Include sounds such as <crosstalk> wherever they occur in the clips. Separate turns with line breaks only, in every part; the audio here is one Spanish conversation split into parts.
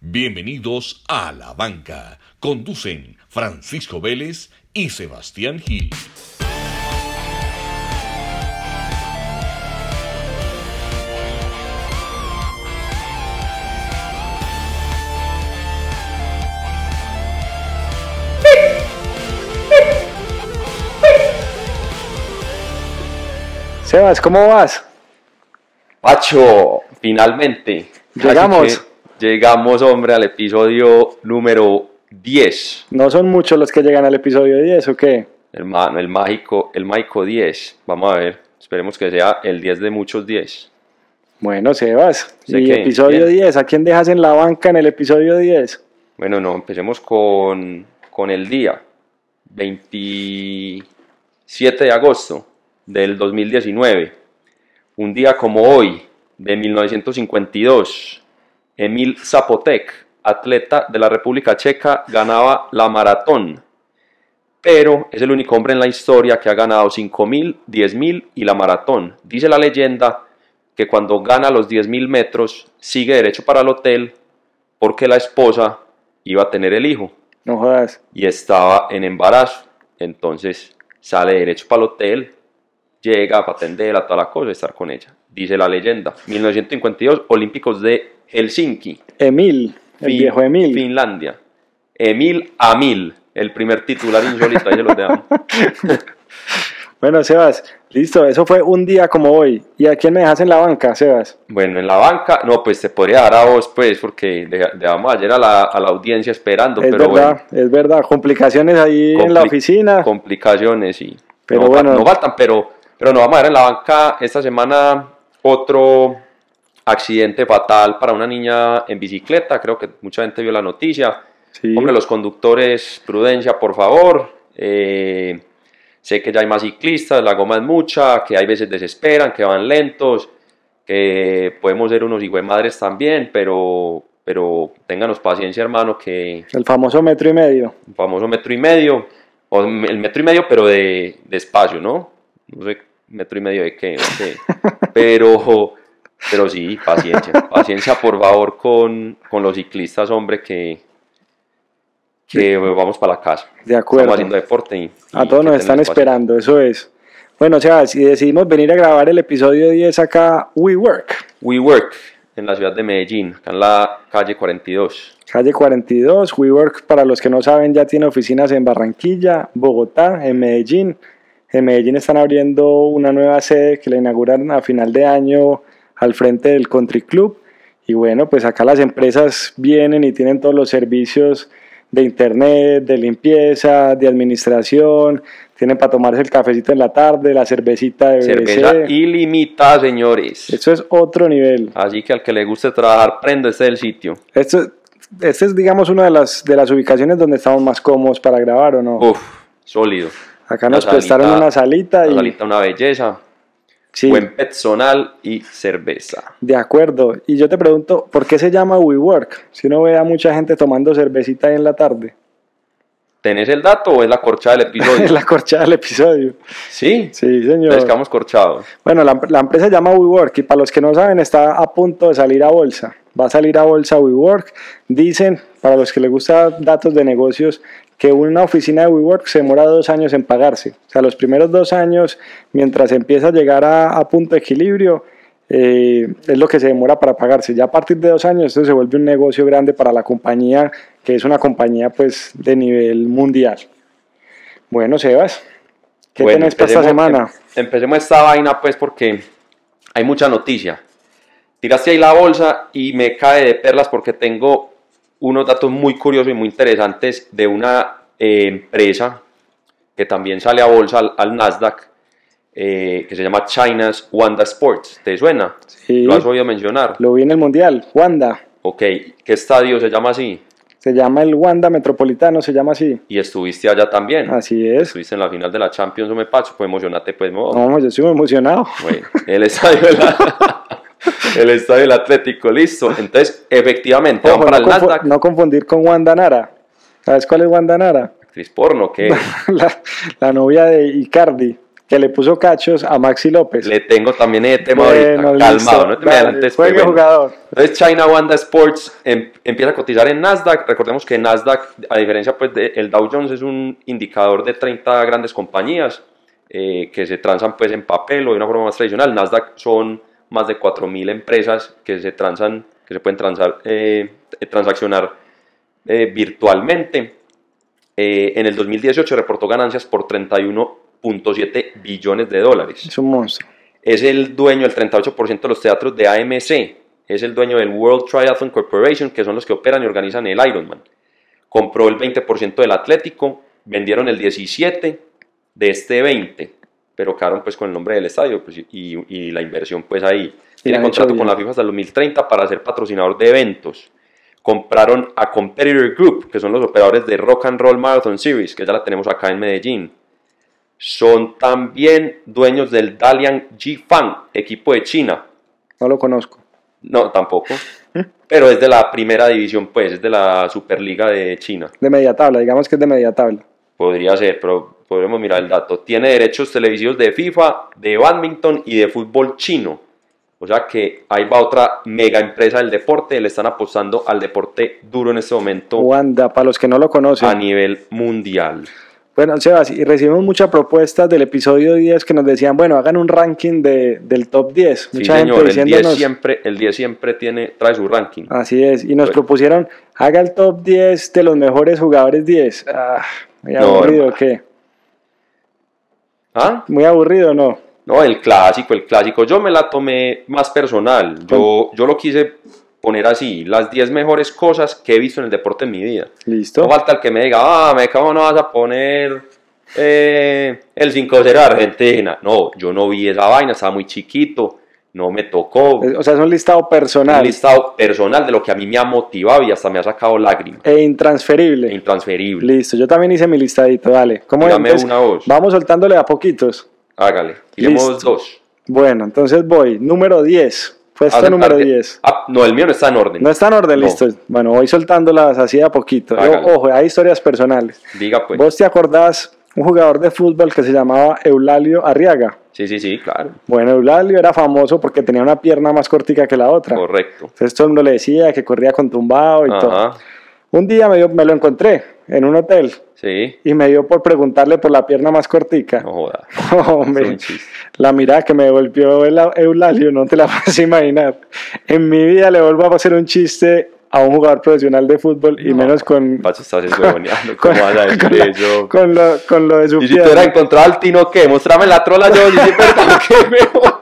Bienvenidos a La Banca. Conducen Francisco Vélez y Sebastián Gil.
Sebas, ¿cómo vas?
Pacho, finalmente. Casi
Llegamos.
que Llegamos, hombre, al episodio número 10.
No son muchos los que llegan al episodio 10, ¿o qué?
El, ma- el mágico, el mágico 10. Vamos a ver. Esperemos que sea el 10 de muchos 10.
Bueno, Sebas,
¿De
y
qué?
episodio
Bien.
10, ¿a quién dejas en la banca en el episodio 10?
Bueno, no, empecemos con, con el día. 27 de agosto del 2019. Un día como hoy, de 1952, Emil Zapotec, atleta de la República Checa, ganaba la maratón. Pero es el único hombre en la historia que ha ganado 5.000, 10.000 y la maratón. Dice la leyenda que cuando gana los 10.000 metros sigue derecho para el hotel porque la esposa iba a tener el hijo
No jodas.
y estaba en embarazo. Entonces sale derecho para el hotel, llega para atenderla, toda la cosa, estar con ella. Dice la leyenda. 1952, Olímpicos de Helsinki.
Emil, el
Fin-
viejo Emil.
Finlandia. Emil Amil, el primer titular insólito, ahí se
<laughs>
los dejamos.
Bueno, Sebas, listo, eso fue un día como hoy. ¿Y a quién me dejas en la banca, Sebas?
Bueno, en la banca, no, pues te podría dar a vos, pues, porque deja- dejamos ayer a la, a la audiencia esperando,
es
pero bueno.
verdad, es verdad, complicaciones ahí en la
compli-
oficina.
Complicaciones, y
Pero
no, fa-
bueno.
no faltan, pero, pero no vamos a ver en la banca esta semana otro accidente fatal para una niña en bicicleta. Creo que mucha gente vio la noticia.
Sí.
Hombre, los conductores, prudencia, por favor. Eh, sé que ya hay más ciclistas, la goma es mucha, que hay veces desesperan, que van lentos, que podemos ser unos madres también, pero, pero ténganos paciencia, hermano, que,
El famoso metro y medio.
un famoso metro y medio, o me- el metro y medio, pero de, de espacio, ¿no? No sé, metro y medio de qué, o
<laughs>
qué. Pero, pero sí, paciencia, paciencia por favor con, con los ciclistas, hombre, que, que vamos para la casa.
De
Estamos
acuerdo.
haciendo deporte. y-
A
y
todos nos están
que tenemos paciencia.
esperando, eso es. Bueno, Sebas, y decidimos venir a grabar el episodio 10 acá, WeWork.
WeWork, en la ciudad de Medellín, acá en la calle 42.
Calle 42, WeWork, para los que no saben, ya tiene oficinas en Barranquilla, Bogotá, en Medellín. En Medellín están abriendo una nueva sede que la inauguran a final de año al frente del Country Club. Y bueno, pues acá las empresas vienen y tienen todos los servicios de internet, de limpieza, de administración. Tienen para tomarse el cafecito en la tarde, la cervecita de
Cerveza
BBC.
ilimitada, señores.
Esto Eh, es otro nivel.
Así que al que le guste trabajar, prenda este es el sitio.
Esto, este es, digamos, una de las, de las ubicaciones donde estamos más cómodos para grabar, ¿o no?
Uf, sólido.
Acá
una
nos prestaron
salita-
una salita
La
y...
salita una belleza,
Sí,
buen personal y cerveza.
de acuerdo. Y yo te pregunto, ¿por qué se llama WeWork? Si uno ve a mucha gente tomando cervecita ahí en la tarde.
¿Tenés el dato o es la corchada del
Es <laughs>
episodio?
la corchada del episodio.
Sí,
Sí,
les
señor.
quedamos corchados.
Bueno, la, la empresa se llama WeWork y para los que no saben está a punto de salir a bolsa. Va a salir a bolsa WeWork. Dicen, para los que les gustan datos de negocios, que una oficina de WeWork se demora dos años en pagarse. O sea, los primeros dos años, mientras empieza a llegar a, a punto de equilibrio, eh, es lo que se demora para pagarse. Ya a partir de dos años esto se vuelve un negocio grande para la compañía, que es una compañía pues de nivel mundial. Bueno, Sebas, ¿qué
Bueno,
tenés para esta
empecemos-
semana?
em- empecemos esta vaina pues porque hay mucha noticia. Tiraste ahí la bolsa y me cae de perlas porque tengo unos datos muy curiosos y muy interesantes de una eh, empresa que también sale a bolsa al, al Nasdaq eh, que se llama China's Wanda Sports. ¿Te suena?
Sí.
¿Lo has oído mencionar?
Lo vi en el Mundial, Wanda.
Ok, ¿qué estadio se llama así?
Se llama el Wanda Metropolitano, se llama así.
Y estuviste allá también.
Así es.
Estuviste en la final de la Champions, no me pacho, pues emocionate, pues no.
No, yo estoy muy emocionado.
Bueno, el estadio de la- <laughs> el estadio del Atlético, listo. Entonces, efectivamente,
Ojo,
van para
no,
el
confu-
Nasdaq.
no confundir con Wanda Nara. ¿Sabes cuál es Wanda Nara? <laughs>
Actriz porno, que
La, la novia de Icardi. que le puso cachos a Maxi López.
Le tengo también ese tema
Bueno,
ahorita,
listo.
calmado, no te me
Dale,
adelantes. pues,
juegue
pero bueno.
jugador.
Entonces China Wanda Sports em- empieza a cotizar en Nasdaq. Recordemos que Nasdaq, a diferencia pues del Dow Jones, es un indicador de 30 grandes compañías eh, que se transan pues en papel o de una forma más tradicional. Nasdaq son más de 4.000 empresas que se transan, que se pueden transar, eh, transaccionar eh, virtualmente. Eh, en el 2018 reportó ganancias por 31.7 billones de dólares
Es un monstruo.
es el dueño del 38% de los teatros de AMC, es el dueño del World Triathlon Corporation, que son los que operan y organizan el Ironman. Compró el 20% del Atlético, vendieron el 17 de este 20, pero quedaron pues con el nombre del estadio pues, y, y la inversión pues ahí. Tiene
han hecho
contrato con
bien.
la FIFA hasta el 2030 para ser patrocinador de eventos. Compraron a Competitor Group, que son los operadores de Rock and Roll Marathon Series, que ya la tenemos acá en Medellín son también dueños del Dalian G-Fan, equipo de China.
No lo conozco. <laughs>
No, tampoco. Pero es de la primera división, pues, es de la Superliga de China.
De media tabla, digamos que es de media tabla.
Podría ser, pero podremos mirar el dato. Tiene derechos televisivos de FIFA, de badminton y de fútbol chino. O sea que ahí va otra mega empresa del deporte. Le están apostando al deporte duro en este momento
Wanda, para los que no lo conocen.
a nivel mundial.
Bueno, Sebas, y recibimos muchas propuestas del episodio 10 que nos decían, bueno, hagan un ranking de, del top 10.
Sí,
Mucha gente
señor, el 10
diciéndonos. Ah.
siempre, Pues el 10 siempre tiene, trae su ranking.
Así es, y nos
Bueno.
propusieron, haga el top 10 de los mejores jugadores 10. Ah, muy
No,
aburrido,
hermano.
¿qué?
¿Ah?
Muy aburrido, ¿no?
No, el clásico, el clásico. Yo me la tomé más personal. Yo, yo lo quise poner así, las 10 mejores cosas que he visto en el deporte en mi vida.
Listo.
No falta el que me diga, ah, me cago, no vas a poner eh, el 5-0 de Argentina. No, yo no vi esa vaina, estaba muy chiquito, no me tocó.
Eh, o sea, es un listado
Un
personal
listado personal de lo que a mí me ha motivado y hasta me ha sacado lágrimas.
e intransferible.
Intransferible.
Listo, yo también hice mi listadito, dale. ¿Cómo es?
Dame
Entonces,
una voz.
Vamos soltándole a poquitos.
Hágale. Tiremos
Listo.
dos.
Bueno, entonces voy. Número 10. Puesto
Hacen
Este número
arte-
10.
Ah, no, el mío no está en orden.
No está en orden,
No.
listo. Bueno, voy soltándolas así de a poquito. Yo-
Hágalo.
ojo, hay historias personales.
Diga pues.
¿Vos te acordás un jugador de fútbol que se llamaba Eulalio Arriaga?
Sí, sí, sí, claro.
Bueno, Eulalio era famoso porque tenía una pierna más cortica que la otra.
Correcto.
Entonces todo el mundo le decía que corría con tumbado y todo.
Ajá.
Un día me, dio- me lo encontré en un hotel
Sí,
y me dio por preguntarle por la pierna más cortica.
no joda.
<laughs>
Es
Hombre,
un chiste.
la mirada que me devolvió el- Eulalio, no te la <laughs> vas a imaginar. En mi vida le vuelvo a hacer un chiste a un jugador profesional de fútbol y
No,
menos <laughs>
<laughs>
con,
Pacho, estás es huevoneando. ¿Cómo vas a decir
con la-
eso?
con lo, con lo de su
Y si tú
pierna.
hubieras encontrado al Tino, ¿qué? Mostrame la trola yo. Y si
<laughs>
verdad, ¿qué veo?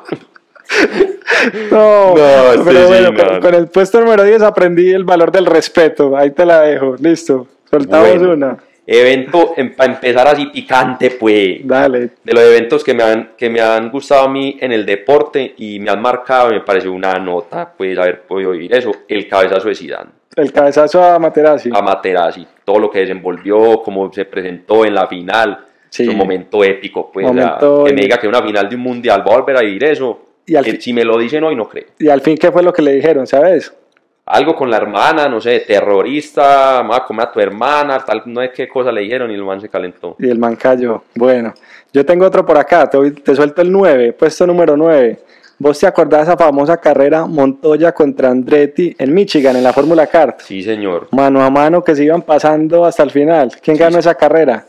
No,
No,
pero
sí,
bueno,
sí,
con,
no.
con el puesto número 10 aprendí el valor del respeto. Ahí te la dejo, listo. Soltamos
Bueno,
una.
Evento, para empezar así picante, pues.
Dale.
De los eventos que me, han, que me han gustado a mí en el deporte y me han marcado, me pareció una nota, pues, haber podido vivir eso. El cabezazo de Zidane.
El cabezazo a Materazzi.
a Materazzi, todo lo que desenvolvió, cómo se presentó en la final,
Sí.
es un momento épico, pues, o sea,
Momento
que me
épico.
diga que una final de un mundial va a volver a vivir eso,
Y al
que
fin-
si me lo dicen hoy no creo.
Y al fin, ¿qué fue lo que le dijeron, sabes?
Algo con la hermana, no sé, terrorista, me va a comer a tu hermana, tal, no sé qué cosa le dijeron y el man se calentó.
Y el man cayó. Bueno, yo tengo otro por acá. Te, voy- te suelto el 9, puesto número 9. ¿Vos te acordás de esa famosa carrera Montoya contra Andretti en Michigan, en la Fórmula Kart?
Sí, señor,
Mano a mano que se iban pasando hasta el final. ¿Quién ganó esa carrera?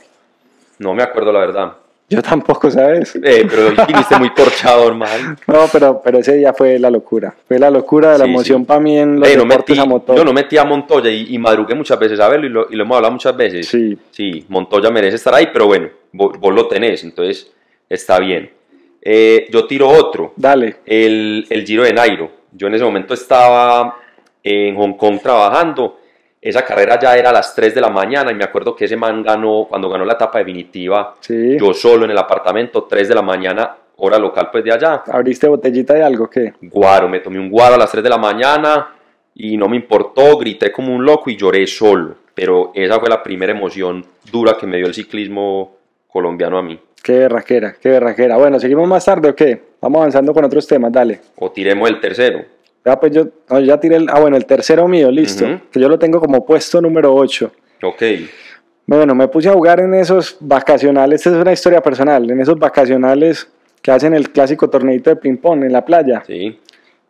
no me acuerdo la verdad.
Yo tampoco, ¿sabes?
Eh, pero hoy viniste muy corchado, hermano.
No, pero, pero ese día fue la locura. Fue la locura de la
Sí,
emoción
sí.
para mí en <laughs> los
Eh, no
deportes
metí-
a motor.
Yo no metí a Montoya y, y madrugué muchas veces a verlo y lo, y lo hemos hablado muchas veces.
Sí.
Montoya merece estar ahí, pero bueno, vos, vos lo tenés, entonces está bien. Eh, yo tiro otro,
Dale.
el, el Giro de Nairo. Yo en ese momento estaba en Hong Kong trabajando. Esa carrera ya era a las 3 de la mañana y me acuerdo que ese man ganó, cuando ganó la etapa definitiva,
Sí.
yo solo en el apartamento, 3 de la mañana, hora local pues de allá.
¿Abriste botellita de algo qué?
Guaro, me tomé un guaro a las 3 de la mañana y no me importó, grité como un loco y lloré solo. Pero esa fue la primera emoción dura que me dio el ciclismo colombiano a mí.
Qué berraquera, qué berraquera. Bueno, ¿seguimos más tarde o qué? Vamos avanzando con otros temas, dale.
O tiremos el tercero.
Ya, pues yo, no, yo ya tiré el, ah, bueno, el tercero mío, listo.
Ujú.
Que yo lo tengo como puesto número 8.
Ok,
Bueno, me puse a jugar en esos vacacionales, esta es una historia personal, en esos vacacionales que hacen el clásico torneito de ping-pong en la playa.
Sí.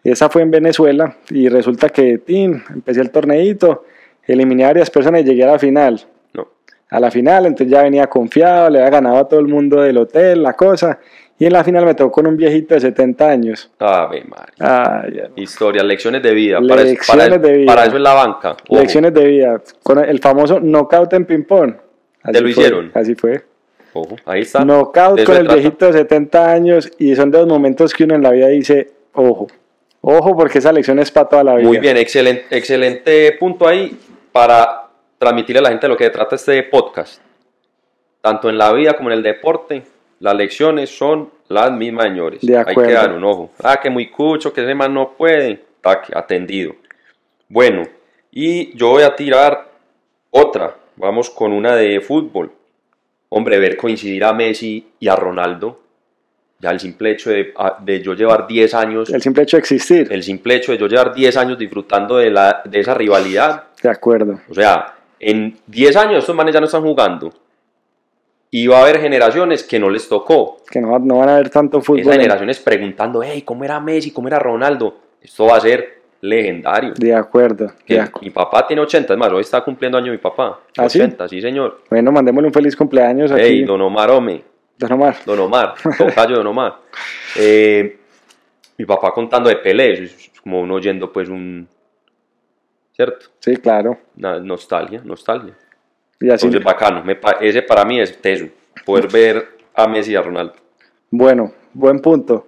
Y esa fue en Venezuela y resulta que tin, empecé el torneito, eliminé a varias personas y llegué a la final.
No.
A la final, entonces ya venía confiado, le había ganado a todo el mundo del hotel, la cosa. Y en la final me tocó con un viejito de 70 años.
Ave María.
Ay, hermano.
Historia, lecciones de vida. Para eso- para
Lecciones
eso,
de vida.
para eso es la banca. Ojo.
Lecciones de vida. Con el famoso knockout en ping-pong. Así
¿Te lo
fue,
hicieron?
Así fue.
Ojo, ahí está. De
Knockout
eso
con
se
el
trata.
viejito de 70 años. Y son de los momentos que uno en la vida dice: ojo, ojo, porque esa lección es para toda la vida.
Muy bien, excelente, excelente punto ahí para transmitirle a la gente lo que trata este podcast. Tanto en la vida como en el deporte, las lecciones son las mismas, señores.
De
Hay
acuerdo.
que dar un ojo. Ah, que muy cucho, que ese man no puede. Tac, atendido. Bueno, y yo voy a tirar otra. Vamos con una de fútbol. Hombre, ver coincidir a Messi y a Ronaldo. Ya el simple hecho de, ah, de yo llevar 10 años
El simple hecho de existir.
el simple hecho de yo llevar 10 años disfrutando de, la, de esa rivalidad.
De acuerdo.
O sea, en 10 años estos manes ya no están jugando. Y va a haber generaciones que no les tocó.
Que no, no van a haber tanto fútbol.
Esas generaciones preguntando, hey, ¿cómo era Messi? ¿Cómo era Ronaldo? Esto va a ser legendario.
De acuerdo.
Que
de acu-
mi papá tiene 80, es más, hoy está cumpliendo año mi papá.
¿Ah, sí?
80, sí, señor.
Bueno, mandémosle un feliz cumpleaños aquí.
Hey, don Omar, hombre.
Don Omar.
Don Omar, tocayo Don Omar. Eh, mi papá contando de Pelé, es- es como uno oyendo pues un... ¿Cierto?
Sí, claro.
Na- nostalgia, nostalgia.
Y así.
Entonces, bacano. Me pa- ese para mí es teso.
<laughs>
Poder ver a Messi y a Ronaldo.
Bueno, buen punto.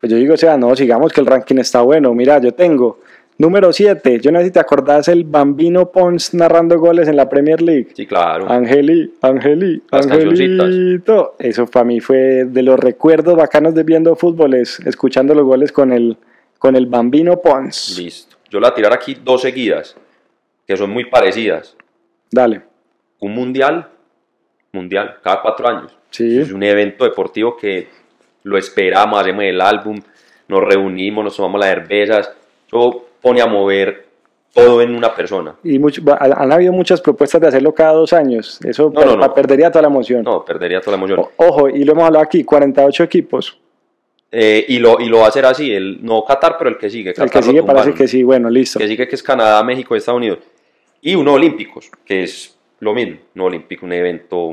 Pues yo digo, o sea, no, sigamos que el ranking está bueno. Mira, yo tengo número 7. Yo no sé si te acordás el Bambino Pons narrando goles en la Premier League.
Sí, claro.
Ah, Angeli, Angeli,
Las cancioncitas.
Angelito. Eso para mí fue de los recuerdos bacanos de viendo fútbol, es escuchando los goles con el, con el Bambino Pons.
Listo. Yo la voy a tirar aquí dos seguidas, que son muy parecidas.
Dale.
Un mundial, mundial, cada cuatro años.
Sí.
Es un evento deportivo que lo esperamos, hacemos el álbum, nos reunimos, nos tomamos las cervezas. Yo pone a mover todo en una persona.
Y mucho- va- han han habido muchas propuestas de hacerlo cada dos años. Eso
No, no,
pa-
no.
perdería toda la emoción.
No, perdería toda la emoción.
O- Ojo, y lo hemos hablado aquí, 48 equipos.
Eh, y, lo, y lo va a hacer así, el, no Qatar, pero el que sigue.
El
Qatar
que
lo
sigue parece
tumbaron.
que sí, bueno, listo.
que sigue que es Canadá, México, Estados Unidos. Y uno olímpicos, que es lo mismo, no olímpico, un evento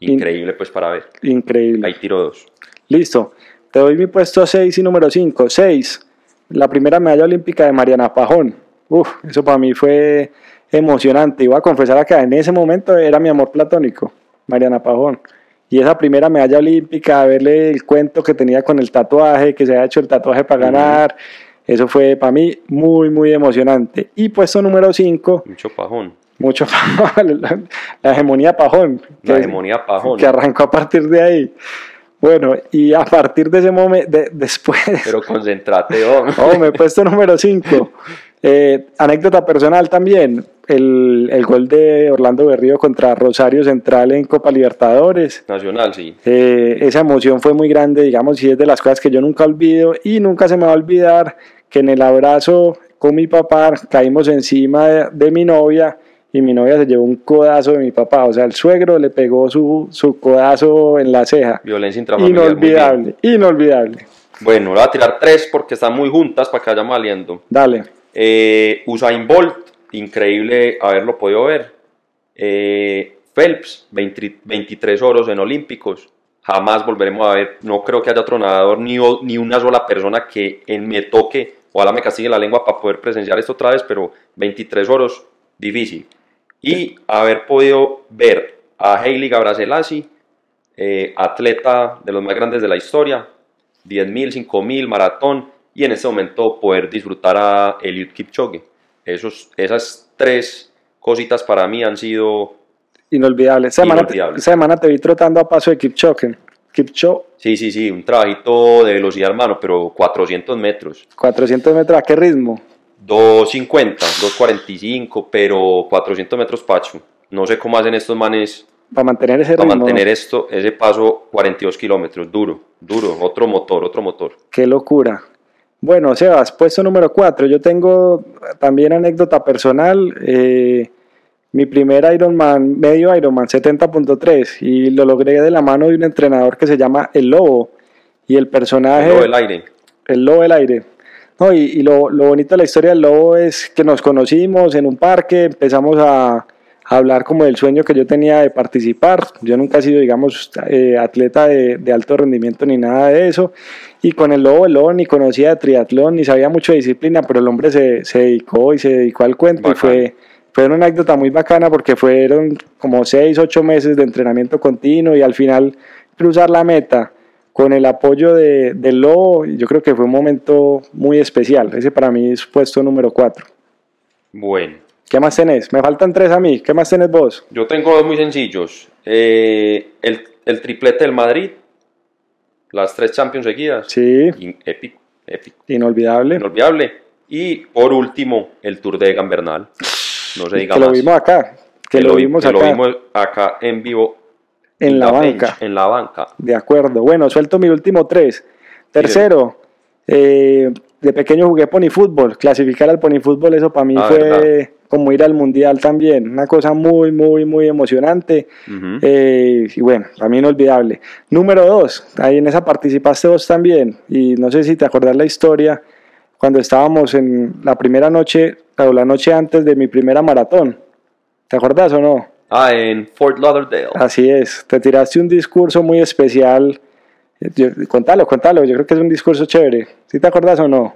In-
increíble pues para ver. Ahí
Increíble.
tiro dos.
Listo. Te doy mi puesto 6 y número 5. 6. La primera medalla olímpica de Mariana Pajón. Uf, eso para mí fue emocionante. Y voy a confesar acá, en ese momento era mi amor platónico, Mariana Pajón. Y esa primera medalla olímpica, verle el cuento que tenía con el tatuaje, que se había hecho el tatuaje para
Ujú.
ganar. Eso fue para mí muy, muy emocionante. Y puesto número 5,
Mucho pajón.
mucho <laughs> la, la hegemonía Pajón. que
La
es-
hegemonía pajón.
que arrancó a partir de ahí. Bueno, y a partir de ese momento, después,
Pero concentrate, hombre.
<laughs> oh, me he puesto número 5. anécdota personal también, el, el gol de Orlando Berrío contra Rosario Central en Copa Libertadores.
Nacional, sí.
Eh, esa emoción fue muy grande, digamos, y es de las cosas que yo nunca olvido y nunca se me va a olvidar que en el abrazo con mi papá caímos encima de, de mi novia y mi novia se llevó un codazo de mi papá, o sea, el suegro le pegó su, su codazo en la ceja.
Violencia intrafamiliar. muy bien.
Inolvidable, inolvidable.
Bueno, le voy a tirar tres porque están muy juntas para que vayan valiendo.
Dale,
Eh, Usain Bolt, increíble haberlo podido ver. Eh, Phelps, 20 23 oros en Olímpicos. Jamás volveremos a ver, no creo que haya otro nadador ni, o- ni una sola persona que en me toque, ojalá me castigue la lengua para poder presenciar esto otra vez, pero 23 oros, difícil. Y haber podido ver a Hailey Gabraselassie, eh, atleta de los más grandes de la historia, 10.000, 5.000, maratón, y en ese momento poder disfrutar a Eliud Kipchoge. Esos, esas tres cositas para mí han sido,
inolvidable. Esta semana,
Inolvidable.
esta semana te vi trotando a paso de Kipchoge. Kipchoge,
sí, sí, sí, un trabajito de velocidad, hermano, pero 400 metros.
400 metros, ¿a qué ritmo?
250, 245, pero 400 metros pacho. No sé cómo hacen estos manes
Para mantener ese
para
ritmo. ¿no?
mantener esto, ese paso 42 kilómetros. Duro, duro. Otro motor, otro motor.
Qué locura. Bueno, Sebas, puesto número 4. Yo tengo también anécdota personal. eh, mi primer Ironman, medio Ironman 70.3 y lo logré de la mano de un entrenador que se llama El Lobo y el personaje...
El lobo del aire.
El Lobo del Aire. No, y, y lo, lo bonito de la historia del Lobo es que nos conocimos en un parque, empezamos a, a hablar como del sueño que yo tenía de participar. Yo nunca he sido, digamos, eh, atleta de, de alto rendimiento ni nada de eso. Y con el Lobo, el Lobo ni conocía de triatlón, ni sabía mucho de disciplina, pero el hombre se, se dedicó y se dedicó al cuento y
Bacán.
fue... Fue una anécdota muy bacana porque fueron como seis, ocho meses de entrenamiento continuo y al final cruzar la meta con el apoyo de, del Lobo, yo creo que fue un momento muy especial. Ese para mí es puesto número cuatro.
Bueno.
¿Qué más tenés? Me faltan tres a mí. ¿Qué más tenés vos?
Yo tengo dos muy sencillos. Eh, el, el triplete del Madrid. Las tres Champions seguidas.
Sí,
In- Épico, épico,
inolvidable.
inolvidable. Y por último, el Tour de Gambernal. No se
Y
diga
que lo
más.
vimos acá. Que, lo
vi-
vimos
que
acá.
lo vimos acá en vivo.
en la
bench,
banca.
en la banca.
De acuerdo. Bueno, suelto mi último tres. Tercero, eh, de pequeño jugué ponifútbol. Clasificar al ponifútbol, eso para mí
Ah,
fue
verdad.
como ir al mundial también. Una cosa muy, muy, muy emocionante.
Ujú.
Eh, y bueno, para mí inolvidable. Número dos, ahí en esa participaste vos también. Y no sé si te acordás la historia cuando estábamos en la primera noche o la noche antes de mi primera maratón. ¿Te acordás o no?
Ah, en Fort Lauderdale.
Así es, te tiraste un discurso muy especial. Yo- contalo, contalo, yo creo que es un discurso chévere. ¿Sí te acordás o no?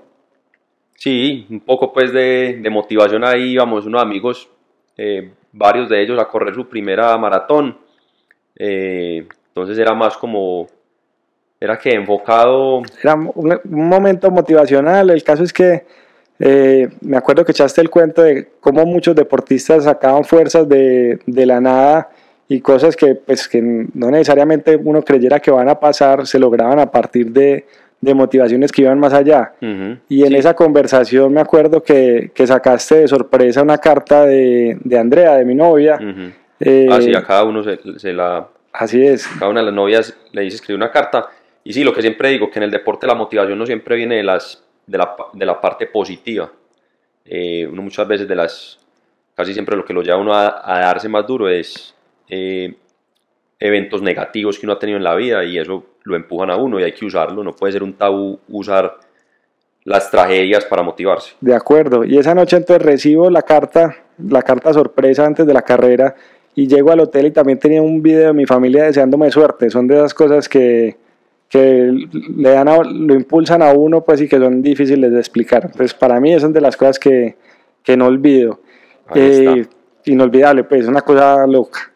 Sí, un poco pues de, de motivación ahí íbamos unos amigos, eh, varios de ellos a correr su primera maratón. Eh, entonces era más como, era que enfocado,
Era un, un momento motivacional. El caso es que eh, me acuerdo que echaste el cuento de cómo muchos deportistas sacaban fuerzas de, de la nada y cosas que, pues, que no necesariamente uno creyera que van a pasar, se lograban a partir de, de motivaciones que iban más allá.
ujú,
Y en
sí,
esa conversación me acuerdo que, que sacaste de sorpresa una carta de, de Andrea, de mi novia.
ujú.
Eh,
Así a cada uno se, se la,
así es,
cada una de las novias le dice escribir una carta. Y sí, lo que siempre digo, que en el deporte la motivación no siempre viene de, las, de, la, pa- de la parte positiva. Eh, uno muchas veces de las, casi siempre lo que lo lleva a uno a, a darse más duro es eh, eventos negativos que uno ha tenido en la vida y eso lo empujan a uno y hay que usarlo. No puede ser un tabú usar las tragedias para motivarse.
de acuerdo. Y esa noche entonces recibo la carta, la carta sorpresa antes de la carrera y llego al hotel y también tenía un video de mi familia deseándome suerte. Son de esas cosas que, que le dan a- lo impulsan a uno pues y que son difíciles de explicar. Entonces para mí esas son de las cosas que, que no olvido.
Ahí
Eh,
está.
Inolvidable, pues, una cosa loca.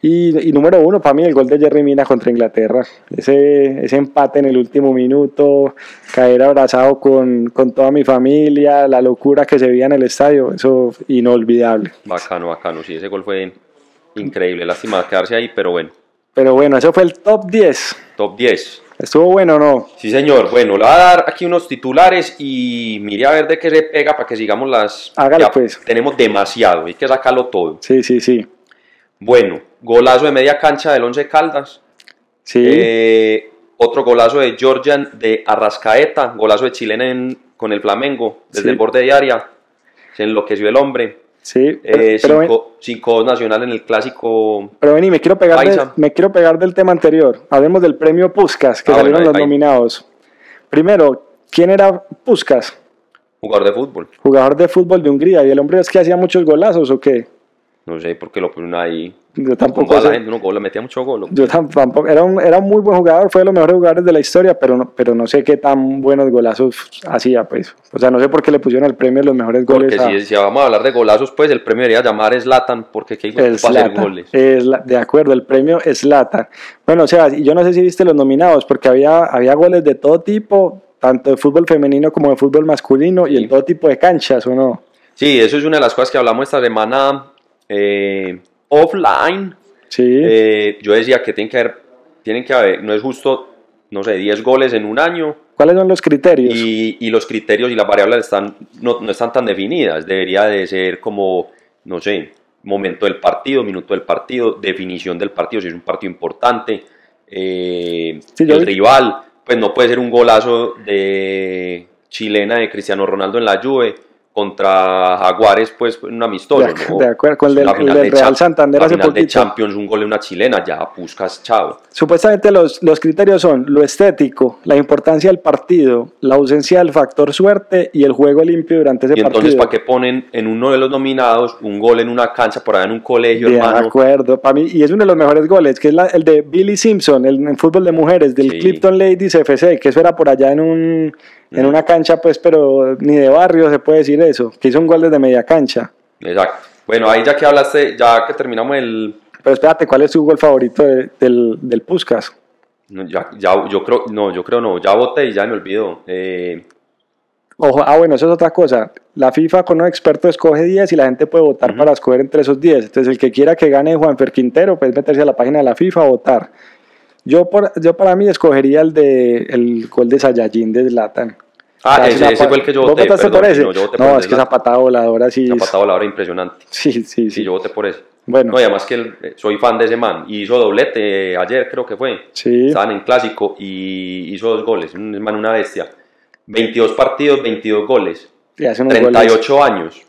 Y, y número uno, para mí, el gol de Jerry Mina contra Inglaterra. Ese, ese empate en el último minuto, caer abrazado con, con toda mi familia, la locura que se veía en el estadio, eso inolvidable.
Bacano, bacano. Sí, ese gol fue increíble. Lástima quedarse ahí, pero bueno.
Pero bueno, eso fue el top 10.
Top 10.
¿Estuvo bueno o no?
Sí, señor. Bueno, le voy a dar aquí unos titulares y mire a ver de qué se pega para que sigamos las.
Hágale,
ya
pues.
Tenemos demasiado, hay que sacarlo todo.
Sí, sí, sí.
Bueno, golazo de media cancha del Once Caldas.
Sí,
Eh, otro golazo de Georgian de Arrascaeta. Golazo de chilena en- con el Flamengo, desde
Sí.
el borde de área. Se enloqueció el hombre.
sí. Pero,
Eh,
pero ven-
5 nacional en el clásico.
pero vení, me quiero, pegar de-
Paisa.
me quiero pegar del tema anterior. Hablemos del premio Puskas, que
Ah,
salieron
bueno, ahí-
los
ahí.
nominados. Primero, ¿quién era Puskas?
Jugador de fútbol.
jugador de fútbol de Hungría y el hombre es que hacía muchos golazos o qué
No sé por qué lo ponen ahí.
yo
Como
tampoco
a la
sé.
gente, uno gol, metía mucho gol.
yo tam- tampoco era un, era un muy buen jugador fue de los mejores jugadores de la historia pero no, pero no sé qué tan buenos golazos hacía pues o sea no sé por qué le pusieron el premio de los mejores goles
Porque
a-
si, si vamos a hablar de golazos, pues el premio debería llamar Slatan, porque qué hijo de
el
puta hacer
Zlatan.
goles.
Es la- de acuerdo, el premio es Lata. Bueno, Sebas, y yo no sé si viste los nominados, porque había, había goles de todo tipo, tanto de fútbol femenino como de fútbol masculino, y
Sí.
en todo tipo de canchas, ¿o no?
Sí, eso es una de las cosas que hablamos esta semana eh, offline.
Sí,
Eh, yo decía que tienen que haber, tienen que haber, no es justo, no sé, 10 goles en un año
¿cuáles son los criterios?
y, y los criterios y las variables están, no, no están tan definidas. Debería de ser como, no sé, momento del partido, minuto del partido, definición del partido, si es un partido importante, eh,
Sí, yo
el
vi-
rival, pues no puede ser un golazo de chilena de Cristiano Ronaldo en la Juve contra Jaguares, pues en un amistoso.
De ac-
¿no?
de acuerdo, con el
La
del-
final
el del
de
Real
Cha-
Santander
la
hace
final de
poquito.
Champions, un gol de una chilena, ya buscas, chao.
Supuestamente los, los criterios son lo estético, la importancia del partido, la ausencia del factor suerte y el juego limpio durante ese
Y entonces,
partido.
¿para qué ponen en uno de los nominados un gol en una cancha por allá en un colegio,
De
hermano?
acuerdo, para mí, y es uno de los mejores goles, que es la- el de Billy Simpson, el, en fútbol de mujeres, del
Sí.
Clifton Ladies FC, que eso era por allá en, un, en
Mm.
una cancha, pues, pero ni de barrio se puede decir eso, que hizo un gol desde media cancha.
Exacto. Bueno, ahí ya que hablaste, ya que terminamos el.
Pero espérate, ¿cuál es tu gol favorito de- del, del Puskas?
no, Ya, ya- yo creo, no, yo creo no, ya voté y ya me olvidó. Eh,
Ojo, ah, bueno, eso es otra cosa. La FIFA con un experto escoge 10 y la gente puede votar para escoger entre esos 10. Entonces, el que quiera que gane Juanfer Quintero, puede meterse a la página de la FIFA a votar. Yo, por, yo para mí escogería el de el gol de Sayajin de Zlatan. O
Ah,
sea, es
ese-
una
ese
pa-
fue el que yo
¿Vos
voté,
votaste
perdón,
por ese?
no, yo voté
No,
por el
es
de
que
Zlatan.
Zapata voladora sí.
se ha
es-
patado la hora impresionante.
Sí, sí, sí.
Sí, yo voté por eso.
Bueno,
No, y además que el- eh, soy fan de ese man. Y hizo doblete eh, ayer, creo que fue.
sí.
Estaban en clásico y hizo dos goles. Un man, una bestia. 22 partidos, 22 goles.
Y hace unos goles.
38 años.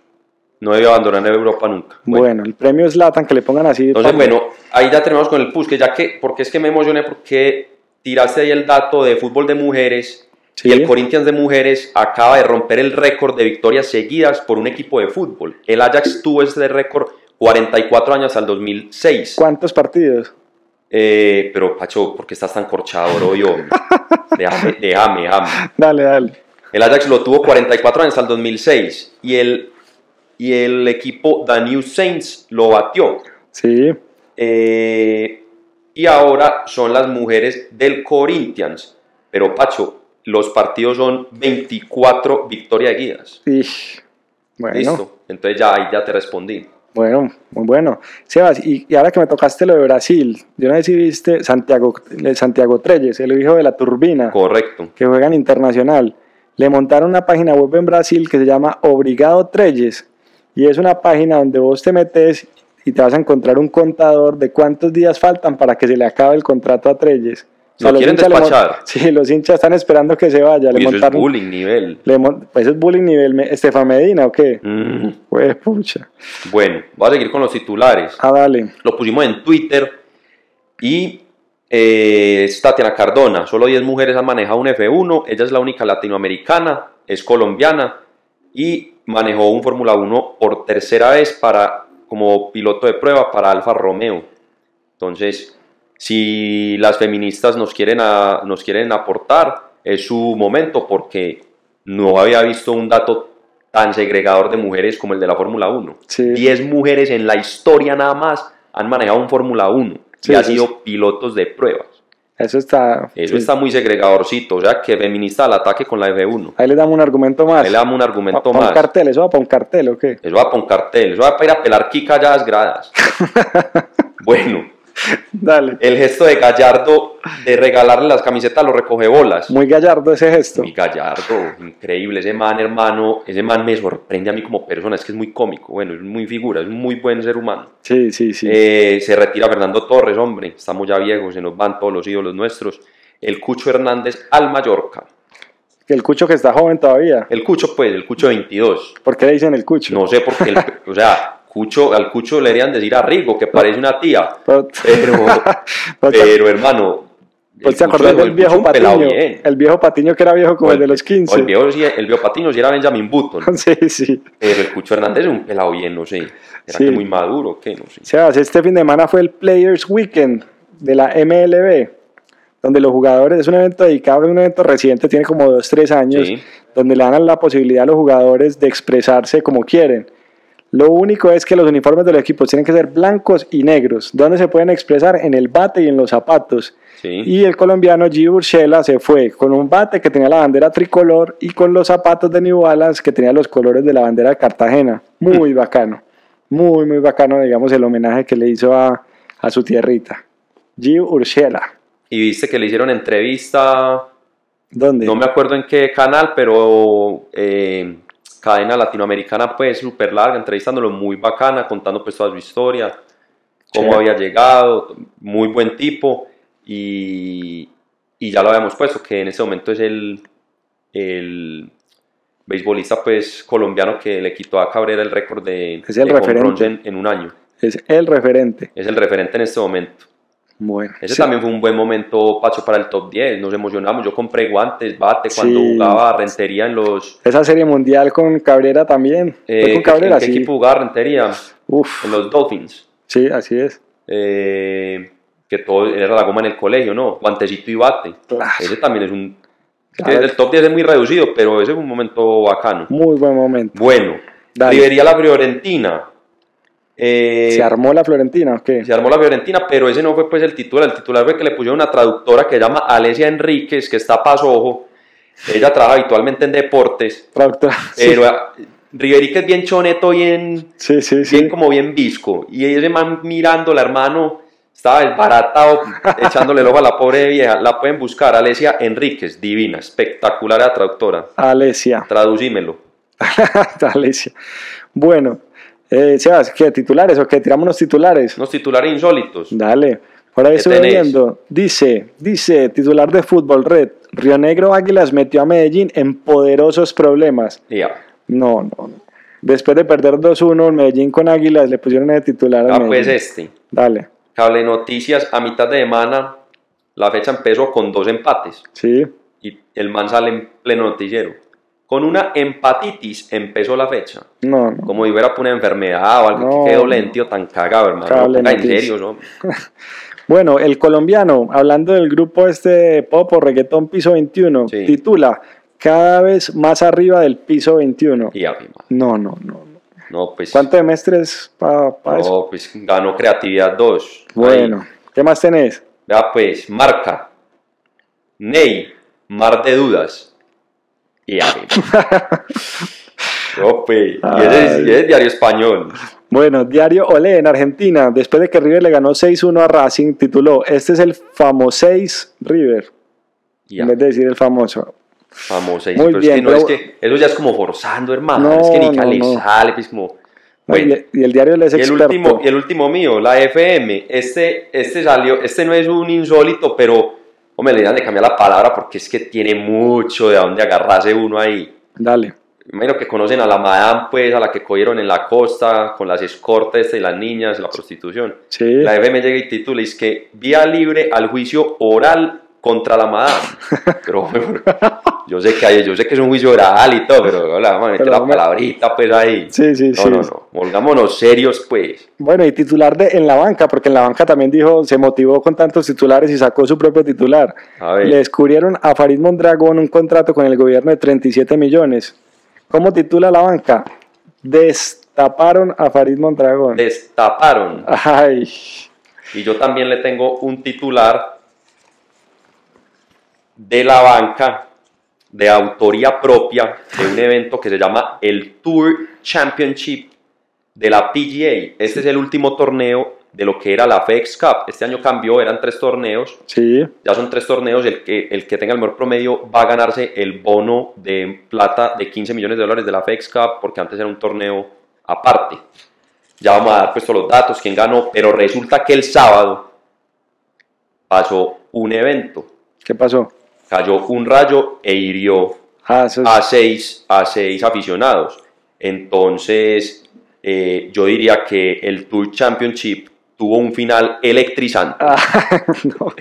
No debe abandonar Europa nunca.
Bueno. el premio Zlatan, que le pongan así.
Entonces,
pa-
bueno, ahí ya terminamos con el que ya que, porque es que me emocioné porque tiraste ahí el dato de fútbol de mujeres
Sí.
y el Corinthians de mujeres acaba de romper el récord de victorias seguidas por un equipo de fútbol. El Ajax tuvo este récord 44 años al 2006.
¿Cuántos partidos?
Eh, pero, Pacho, ¿por qué estás tan corchado, bro? Yo,
<laughs>
déjame, déjame, déjame.
Dale, dale.
El Ajax lo tuvo 44 años al 2006 y el, y el equipo Danube Saints lo batió.
Sí.
Eh, y ahora son las mujeres del Corinthians. Pero Pacho, los partidos son 24 victorias seguidas.
Y, bueno.
Listo. Entonces ya ahí ya te respondí.
Bueno, muy bueno. Sebas, y, y ahora que me tocaste lo de Brasil, yo no sé si viste Santiago, eh, Santiago Trelles, el hijo de la turbina,
Correcto.
que juega en internacional. Le montaron una página web en Brasil que se llama Obrigado Trelles. Y es una página donde vos te metes y te vas a encontrar un contador de cuántos días faltan para que se le acabe el contrato a Trelles.
Lo quieren
hinchas le mon-
despachar.
<laughs> Sí, los hinchas están esperando que se vaya.
Y
le
eso es
montaron,
bullying nivel.
le mon- pues es bullying nivel Me- Estefan Medina o qué?
Mm.
Pues pucha.
Bueno, voy a seguir con los titulares.
Ah, dale.
Lo pusimos en Twitter y eh, es Tatiana Cardona. Solo 10 mujeres han manejado un F1. Ella es la única latinoamericana, es colombiana y manejó un Fórmula 1 por tercera vez para, como piloto de prueba para Alfa Romeo. Entonces, si las feministas nos quieren, a- nos quieren aportar, es su momento porque no había visto un dato tan segregador de mujeres como el de la Fórmula 1.
Sí.
10 mujeres en la historia nada más han manejado un Fórmula 1
Sí,
y han
sí,
sido pilotos de pruebas.
Eso está.
Eso
sí.
está muy segregadorcito, o sea que feminista al ataque con la F1.
Ahí le damos un argumento más.
Ahí le damos un
Pa-
argumento
pa'
más.
un cartel, eso va para un cartel, ¿o qué?
Eso va para un cartel, eso va para ir a pelar quica ya a
<laughs>
las gradas. bueno,
Dale.
el gesto de Gallardo de regalarle las camisetas a los recogebolas.
Muy gallardo ese gesto.
Mi Gallardo, increíble ese man, hermano. Ese man me sorprende a mí como persona, es que es muy cómico, bueno, es muy figura, es un muy buen ser humano.
Sí, sí, sí.
Eh, se retira Fernando Torres, hombre, estamos ya viejos, se nos van todos los ídolos nuestros. El Cucho Hernández al Mallorca.
El cucho que está joven todavía.
El Cucho, pues, el Cucho 22.
¿Por qué le dicen el cucho?
No sé por qué, el- <laughs> o sea, Cucho, al Cucho le deberían decir a Rigo, que parece una tía.
Pero-
Pero,
<laughs> pero te-
pero hermano.
¿Vos te
Cucho-
acordás del
Eh, el
viejo
Cucho un pelado
Patiño?
bien.
El viejo Patiño que era viejo como
O
el, de los 15.
o El viejo, sí- el viejo Patiño sí era Benjamin
<laughs>
Button.
Sí, sí.
Pero el Cucho Hernández es un pelado bien, no sé. Era
Sí.
que muy maduro, que no sé.
Sebas, este fin de semana fue el Players Weekend de la MLB, donde los jugadores, es un evento dedicado, es un evento reciente, tiene como 2, 3 años,
Sí.
donde le dan la posibilidad a los jugadores de expresarse como quieren. Lo único es que los uniformes de los equipos tienen que ser blancos y negros, donde se pueden expresar en el bate y en los zapatos.
Sí.
Y el colombiano G. Urshela se fue con un bate que tenía la bandera tricolor y con los zapatos de New Balance que tenía los colores de la bandera de Cartagena.
Mm.
Muy bacano. Muy, muy bacano, digamos, el homenaje que le hizo a, a su tierrita. G. Urshela.
Y viste que le hicieron entrevista,
¿Dónde?
no me acuerdo en qué canal, pero eh, cadena latinoamericana, pues súper larga, entrevistándolo muy bacana, contando pues toda su historia, cómo
Sí.
había llegado, muy buen tipo. Y, y ya lo habíamos puesto, que en ese momento es el, el, beisbolista pues colombiano que le quitó a Cabrera el récord de,
Es el
de home runs
referente.
en, en un año.
Es el referente.
Es el referente en este momento.
Bueno.
Ese
sí.
también fue un buen momento, Pacho, para el top 10. Nos emocionamos. Yo compré guantes, bate, cuando
Sí.
jugaba Rentería en los...
Esa serie mundial con Cabrera también. Fue
eh,
con
¿en
Cabrera,
qué
sí.
equipo jugaba Rentería?
Uf,
En los Dolphins.
sí, así es.
Eh, que todo era la goma en el colegio, ¿no? Guantecito y bate.
Claro.
Ese también es un...
Claro.
El top 10 es muy reducido, pero ese es un momento bacano.
Muy buen momento.
Bueno,
Dale.
Liberia la Fiorentina. Eh,
¿Se armó la Florentina o qué?
se armó la Fiorentina, pero ese no fue pues el titular. El titular fue que le pusieron una traductora que se llama Alesia Enríquez, que está a pasojo. Ella trabaja habitualmente en deportes,
<laughs> Traductora.
pero eh, Riverica es bien choneto, bien,
Sí, sí, sí.
bien como bien visco. Y ese man mirándola, hermano, estaba desbaratado, <laughs> echándole el ojo a la pobre vieja. La pueden buscar, Alesia Enríquez, divina, espectacular la traductora.
Alesia. <laughs>
Traducímelo.
Alesia. Bueno, eh, Sebas, ¿qué? ¿Titulares o qué? Tiramos los titulares.
Unos titulares insólitos.
Dale. Por ahí
¿Qué
estoy
tenés?
viendo. Dice, dice, titular de fútbol red. Río Negro Águilas metió a Medellín en poderosos problemas.
Ya.
No, no. no. Después de perder 2-1, el Medellín con Águilas le pusieron de titular a
Ah, pues
Medellín.
este.
Dale.
Cable Noticias a mitad de semana. La fecha empezó con dos empates.
Sí.
Y el man sale en pleno noticiero. Con una empatitis empezó la fecha.
No, no.
Como si fuera por una enfermedad o algo
No.
que quedó lento tan cagado, hermano.
Cable
Ponga en
Noticias.
serio, ¿no?
Bueno, el colombiano, hablando del grupo este de pop o reggaetón piso 21,
Sí.
titula Cada vez más arriba del piso 21.
Y a mi madre.
No, no, no. no.
No, pues.
¿Cuántos semestres para eso?
No, pues ganó Creatividad 2.
Bueno, ¿qué más tenés?
Vea, pues, marca. Ney, mar de dudas. Y a mi
<laughs>
madre. No, pues, y ese es-
Ay.
y ese es diario español.
Bueno, Diario Olé en Argentina, después de que River le ganó 6-1 a Racing, tituló Este es el famoso 6 River,
Ya,
en vez de decir el famoso.
famosa. y-
Muy
pero es
bien,
que no,
pero-
es que eso ya es como forzando, hermano.
No,
es que ni
no,
cale
no.
sale, pues como. Bueno,
y, y el diario Olé es
y el,
experto.
último, y el último mío, la FM. Este, este salió, este no es un insólito, pero. Hombre, le dirán de cambiar la palabra porque es que tiene mucho de dónde agarrarse uno ahí.
Dale.
Me imagino que conocen a la madame, pues, a la que cogieron en la costa con las escortes y las niñas, la prostitución.
Sí.
La FM llega y titula, es que vía libre al juicio oral contra
<laughs>
la madame. Pero bueno, yo sé que hay- yo sé que es un juicio oral y todo, pero hola, vamos a meter
Pero,
la
hombre.
palabrita pues ahí.
Sí, sí,
no,
sí.
no, no, volgámonos serios pues.
Bueno, y titular de En la Banca, porque En la Banca también dijo, se motivó con tantos titulares y sacó su propio titular.
A ver,
Le descubrieron a Farid Mondragón un contrato con el gobierno de 37 millones. ¿Cómo titula La Banca? Destaparon a Farid Mondragón.
destaparon.
Ay,
Y yo también le tengo un titular de la banca de autoría propia de un evento que se llama el Tour Championship de la PGA. Este es el último torneo de lo que era la FedEx Cup. Este año cambió, eran tres torneos.
sí,
Ya son tres torneos. El que, el que tenga el mejor promedio va a ganarse el bono de plata de 15 millones de dólares de la FedEx Cup, porque antes era un torneo aparte. Ya vamos a dar puesto los datos, quién ganó, pero resulta que el sábado pasó un evento.
¿qué pasó?
Cayó un rayo e hirió
Ah, eso es-
a seis, a seis aficionados. Entonces, eh, yo diría que el Tour Championship tuvo un final electrizante.
Ah, <laughs> no.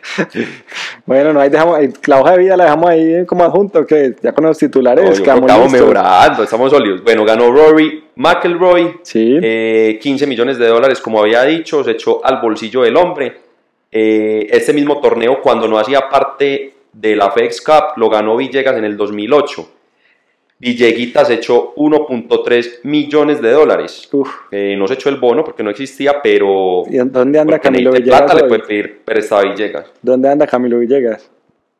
Bueno, no, ahí dejamos, ahí la hoja de vida la dejamos ahí eh, como adjunto, que ya con los
No,
titulares
yo creo que
quedamos
estamos
listos.
mejorando, estamos sólidos. Bueno, ganó Rory McElroy,
Sí,
eh, 15 millones de dólares, como había dicho, se echó al bolsillo del hombre. Eh, este mismo torneo, cuando no hacía parte de la FedEx Cup, lo ganó Villegas en el 2008. Villeguitas echó 1.3 millones de dólares.
uf.
Eh, no se echó el bono porque no existía, pero
¿Y en- dónde anda
porque
Camilo
necesite plata
Villegas?
le
hoy?
puede pedir prestado a Villegas.
¿Dónde anda Camilo Villegas?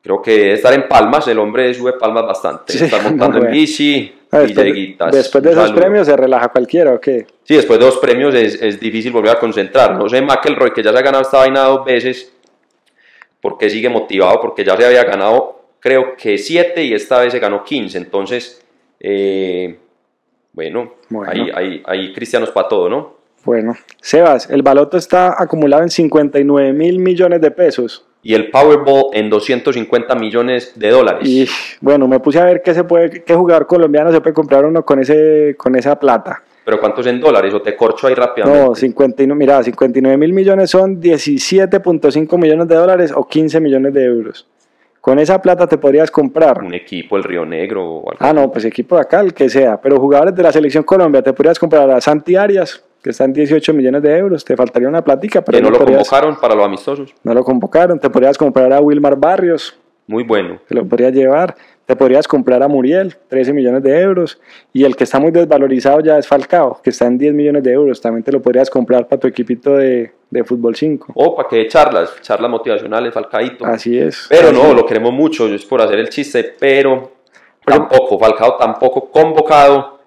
Creo que debe estar en Palmas, el hombre sube Palmas bastante.
Sí, <laughs>
Está montando
muy
en
bueno.
bici,
Ah, Después,
Villeguitas.
después de
un
esos
saludo.
premios se relaja cualquiera, ¿o qué?
Sí, después de dos premios es, es difícil volver a concentrar. No sé, McElroy, que ya se ha ganado esta vaina dos veces, porque sigue motivado, porque ya se había ganado, creo que siete y esta vez se ganó 15. Entonces, eh, bueno,
Bueno.
Hay, hay- hay cristianos para todo, ¿no?
Bueno, Sebas, el baloto está acumulado en 59 mil millones de pesos.
y el Powerball en 250 millones de dólares.
Y bueno, me puse a ver qué se puede, qué jugador colombiano se puede comprar uno con ese, con esa plata.
Pero ¿cuántos en dólares? O te corcho ahí rápidamente.
No, 59, mira, 59 mil millones son 17.5 millones de dólares o 15 millones de euros. Con esa plata te podrías comprar.
Un equipo, el Río Negro o algo.
Ah, no, pues equipo de acá, el que sea. Pero jugadores de la selección Colombia, te podrías comprar a Santi Arias, que está en 18 millones de euros. Te faltaría una platica, pero
que no lo
podrías-
convocaron para los amistosos.
No lo convocaron. Te podrías comprar a Wilmar Barrios,
Muy bueno.
te lo podrías llevar. Te podrías comprar a Muriel, 13 millones de euros. Y el que está muy desvalorizado ya es Falcao, que está en 10 millones de euros. También te lo podrías comprar para tu equipito de, de fútbol 5.
O para que charlas, charlas motivacionales, Falcaito.
Así es.
Pero no, lo queremos mucho, es por hacer el chiste, pero tampoco, Falcao tampoco convocado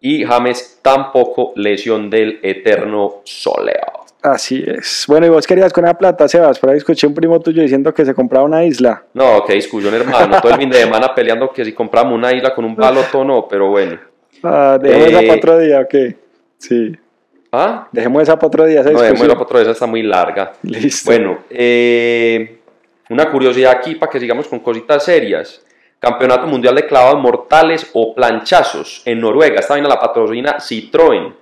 y James tampoco lesión del eterno soleo.
Así es. Bueno, y vos querías con la plata, Sebas. Por ahí escuché un primo tuyo diciendo que se compraba una isla.
No, qué discusión, hermano. Todo el fin de semana peleando que si compramos una isla con un baloto no, pero bueno.
Ah, dejemos esa
Eh.
para otro día, ok. Sí.
¿Ah?
Dejemos esa para otro día. esa
No,
discusión.
dejémoslo para otra vez, está muy larga.
Listo.
Bueno, eh, una curiosidad aquí para que sigamos con cositas serias. Campeonato Mundial de Clavados Mortales o Planchazos en Noruega. Esta vaina la patrocina Citroën.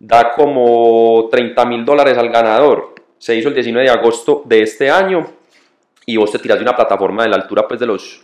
Da como 30 mil dólares al ganador. Se hizo el 19 de agosto de este año. Y vos te tiras de una plataforma de la altura pues, de los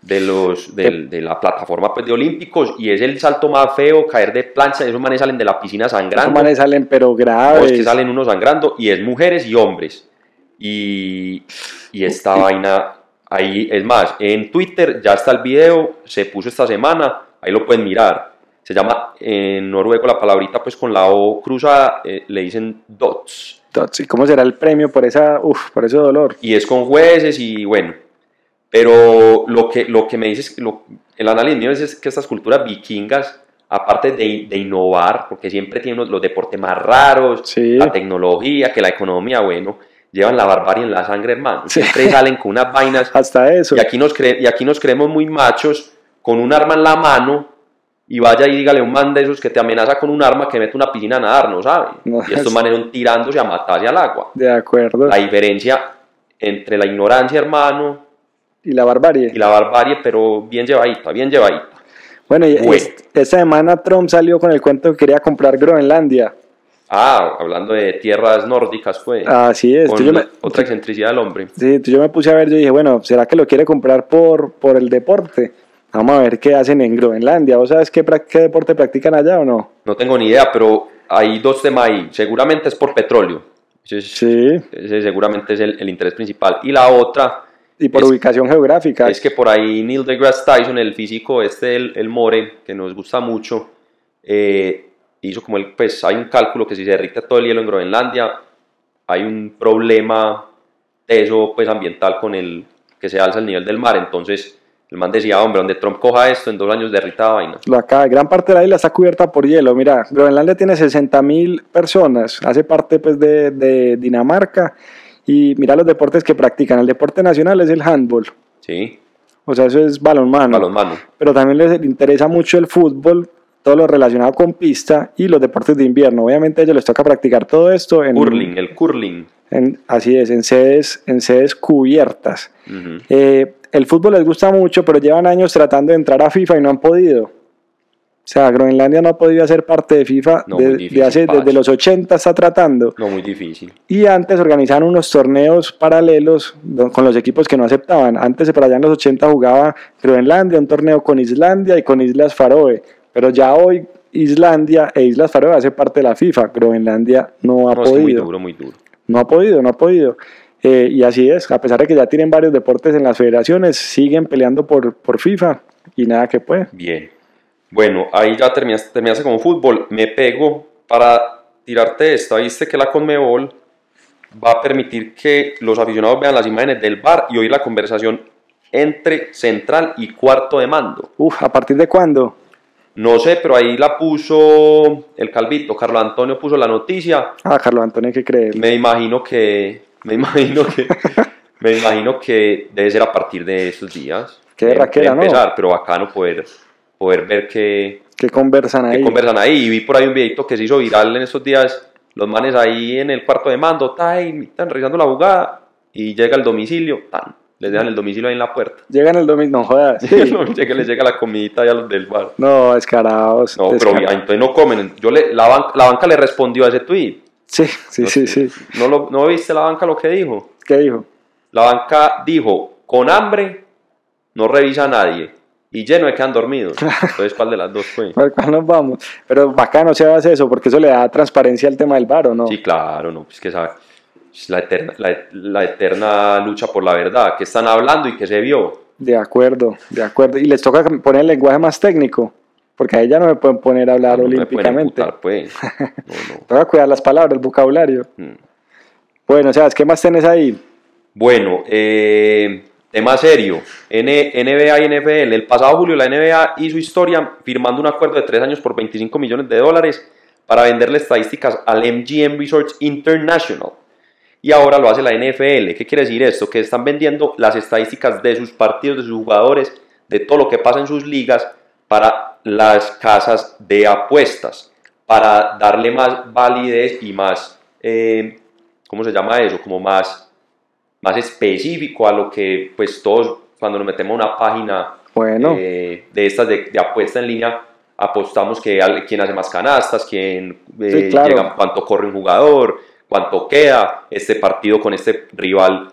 de los del- de la plataforma pues, de Olímpicos y es el salto más feo caer de plancha esos manes salen de la piscina
Esos
sangrando
manes salen, pero
no,
graves.
es que salen unos sangrando y es mujeres y hombres. Y, y esta vaina ahí, es más, en Twitter ya está el video, se puso esta semana, ahí lo pueden mirar. Se llama en noruego la palabrita, pues con la O cruzada, eh, le dicen dots.
Entonces, ¿y ¿Cómo será el premio por esa, uf, por ese dolor?
Y es con jueces y bueno. Pero lo que, lo que me dices, lo- el análisis mío es, es que estas culturas vikingas, aparte de, de innovar, porque siempre tienen los, los deportes más raros,
Sí.
la tecnología, que la economía, bueno, llevan la barbarie en la sangre, hermano.
Sí.
Siempre salen con unas
<laughs>
vainas.
Hasta eso.
Y aquí, nos cre- y aquí nos creemos muy machos, con un arma en la mano, y vaya y dígale a un man de esos que te amenaza con un arma que mete una piscina a nadar, no sabe.
No,
y estos
es-
manes son tirándose a matarse al agua.
De acuerdo.
La diferencia entre la ignorancia, hermano,
Y la barbarie.
y la barbarie, pero bien llevadita, bien llevadita.
Bueno, y- y
Bueno.
est- esta semana Trump salió con el cuento que quería comprar Groenlandia.
Ah, hablando de tierras nórdicas, pues.
Así Ah, es.
con
Tú, yo me,
la- Otra excentricidad del hombre.
sí, tú, yo me puse a ver, yo dije, bueno, ¿será que lo quiere comprar por, por el deporte? Vamos a ver qué hacen en Groenlandia. ¿Vos sabes qué, prac- qué deporte practican allá o no?
No tengo ni idea, pero hay dos temas ahí. Seguramente es por petróleo. Ese, es-
Sí.
ese seguramente es el, el interés principal. Y la otra
Y por
Es-
ubicación geográfica.
es que por ahí Neil deGrasse Tyson, el físico este, el, el More, que nos gusta mucho, eh, hizo como el, pues hay un cálculo que si se derrite todo el hielo en Groenlandia, hay un problema de eso, pues ambiental con el que se alza el nivel del mar. Entonces, el man decía, hombre, donde Trump coja esto, en dos años derrita la vaina.
Lo acá, gran parte de la isla está cubierta por hielo. Mira, Groenlandia tiene 60.000 personas, hace parte pues de, de Dinamarca y mira los deportes que practican. El deporte nacional es el handball,
Sí,
o sea, eso es balonmano.
balonmano.
Pero también les interesa mucho el fútbol, todo lo relacionado con pista y los deportes de invierno. Obviamente a ellos les toca practicar todo esto en,
Curling, el curling.
en- así es, en sedes, en sedes cubiertas.
Ujú.
Eh, el fútbol les gusta mucho, pero llevan años tratando de entrar a FIFA y no han podido. O sea, Groenlandia no ha podido ser parte de FIFA
No,
de-
muy
de
difícil,
hace-
parce.
desde los 80 está tratando.
No, muy difícil.
Y antes organizaban unos torneos paralelos do- con los equipos que no aceptaban. Antes, por allá en los 80, jugaba Groenlandia, un torneo con Islandia y con Islas Faroe. Pero ya hoy Islandia e Islas Faroe hace parte de la FIFA. Groenlandia no ha
No, es que muy
podido.
duro, muy duro.
No ha podido, no ha podido. Eh, y así es, a pesar de que ya tienen varios deportes en las federaciones, siguen peleando por, por FIFA y nada que puede.
Bien. Bueno, ahí ya terminaste, terminaste con fútbol. Me pego para tirarte esta. Viste que la Conmebol va a permitir que los aficionados vean las imágenes del bar y oír la conversación entre central y cuarto de mando.
Uf, ¿a partir de cuándo?
No sé, pero ahí la puso el Calvito. Carlos Antonio puso la noticia.
Ah, Carlos Antonio, hay que creer.
Me imagino que. Me imagino que.
<laughs>
me imagino que debe ser a partir de estos días.
Qué
de- de
raquera, ¿no?
empezar, pero bacano poder, poder ver que,
¿Qué conversan
que
ahí?
conversan ahí. Y vi por ahí un videito que se hizo viral en estos días. Los manes ahí en el cuarto de mando, ta, y están revisando la jugada. y llega al domicilio, tan, les dejan el domicilio ahí en la puerta.
Llegan el domingo, no jodas.
<laughs>
sí.
No, llega- les llega la comidita ya a los del bar.
<laughs> No, descarados.
No, pero
descarados.
ah, entonces no comen. Yo le, la, ban- la banca le respondió a ese tweet.
Sí, sí, sí, sí.
¿No, lo- ¿No viste la banca lo que dijo?
¿Qué dijo?
La banca dijo, con hambre no revisa a nadie. Y lleno de quedan dormidos. Entonces, ¿cuál de las dos fue?
¿Por cuál nos vamos? Pero bacano se hace eso, porque eso le da transparencia al tema del bar, ¿o no?
Sí, claro, no, pues que esa es la eterna, la, la eterna lucha por la verdad, que están hablando y que se vio.
De acuerdo, de acuerdo. Y les toca poner el lenguaje más técnico, porque ahí ya no me pueden poner a hablar
Ah, No me pueden
olímpicamente.
emputar, pues. No,
Toca cuidar las palabras, el vocabulario.
no. Mm.
Bueno, o sea, ¿qué más tenés ahí?
Bueno, eh, tema serio. N- NBA y NFL. El pasado julio la NBA hizo historia firmando un acuerdo de tres años por 25 millones de dólares para venderle estadísticas al MGM Research International. Y ahora lo hace la NFL. ¿Qué quiere decir esto? Que están vendiendo las estadísticas de sus partidos, de sus jugadores, de todo lo que pasa en sus ligas para las casas de apuestas, para darle más validez y más, eh, ¿cómo se llama eso? Como más más específico a lo que pues todos cuando nos metemos a una página
Bueno,
eh, de estas de, de apuesta en línea apostamos que al- quién hace más canastas, quién eh,
Sí, claro.
llega, cuánto corre un jugador, cuánto queda este partido con este rival.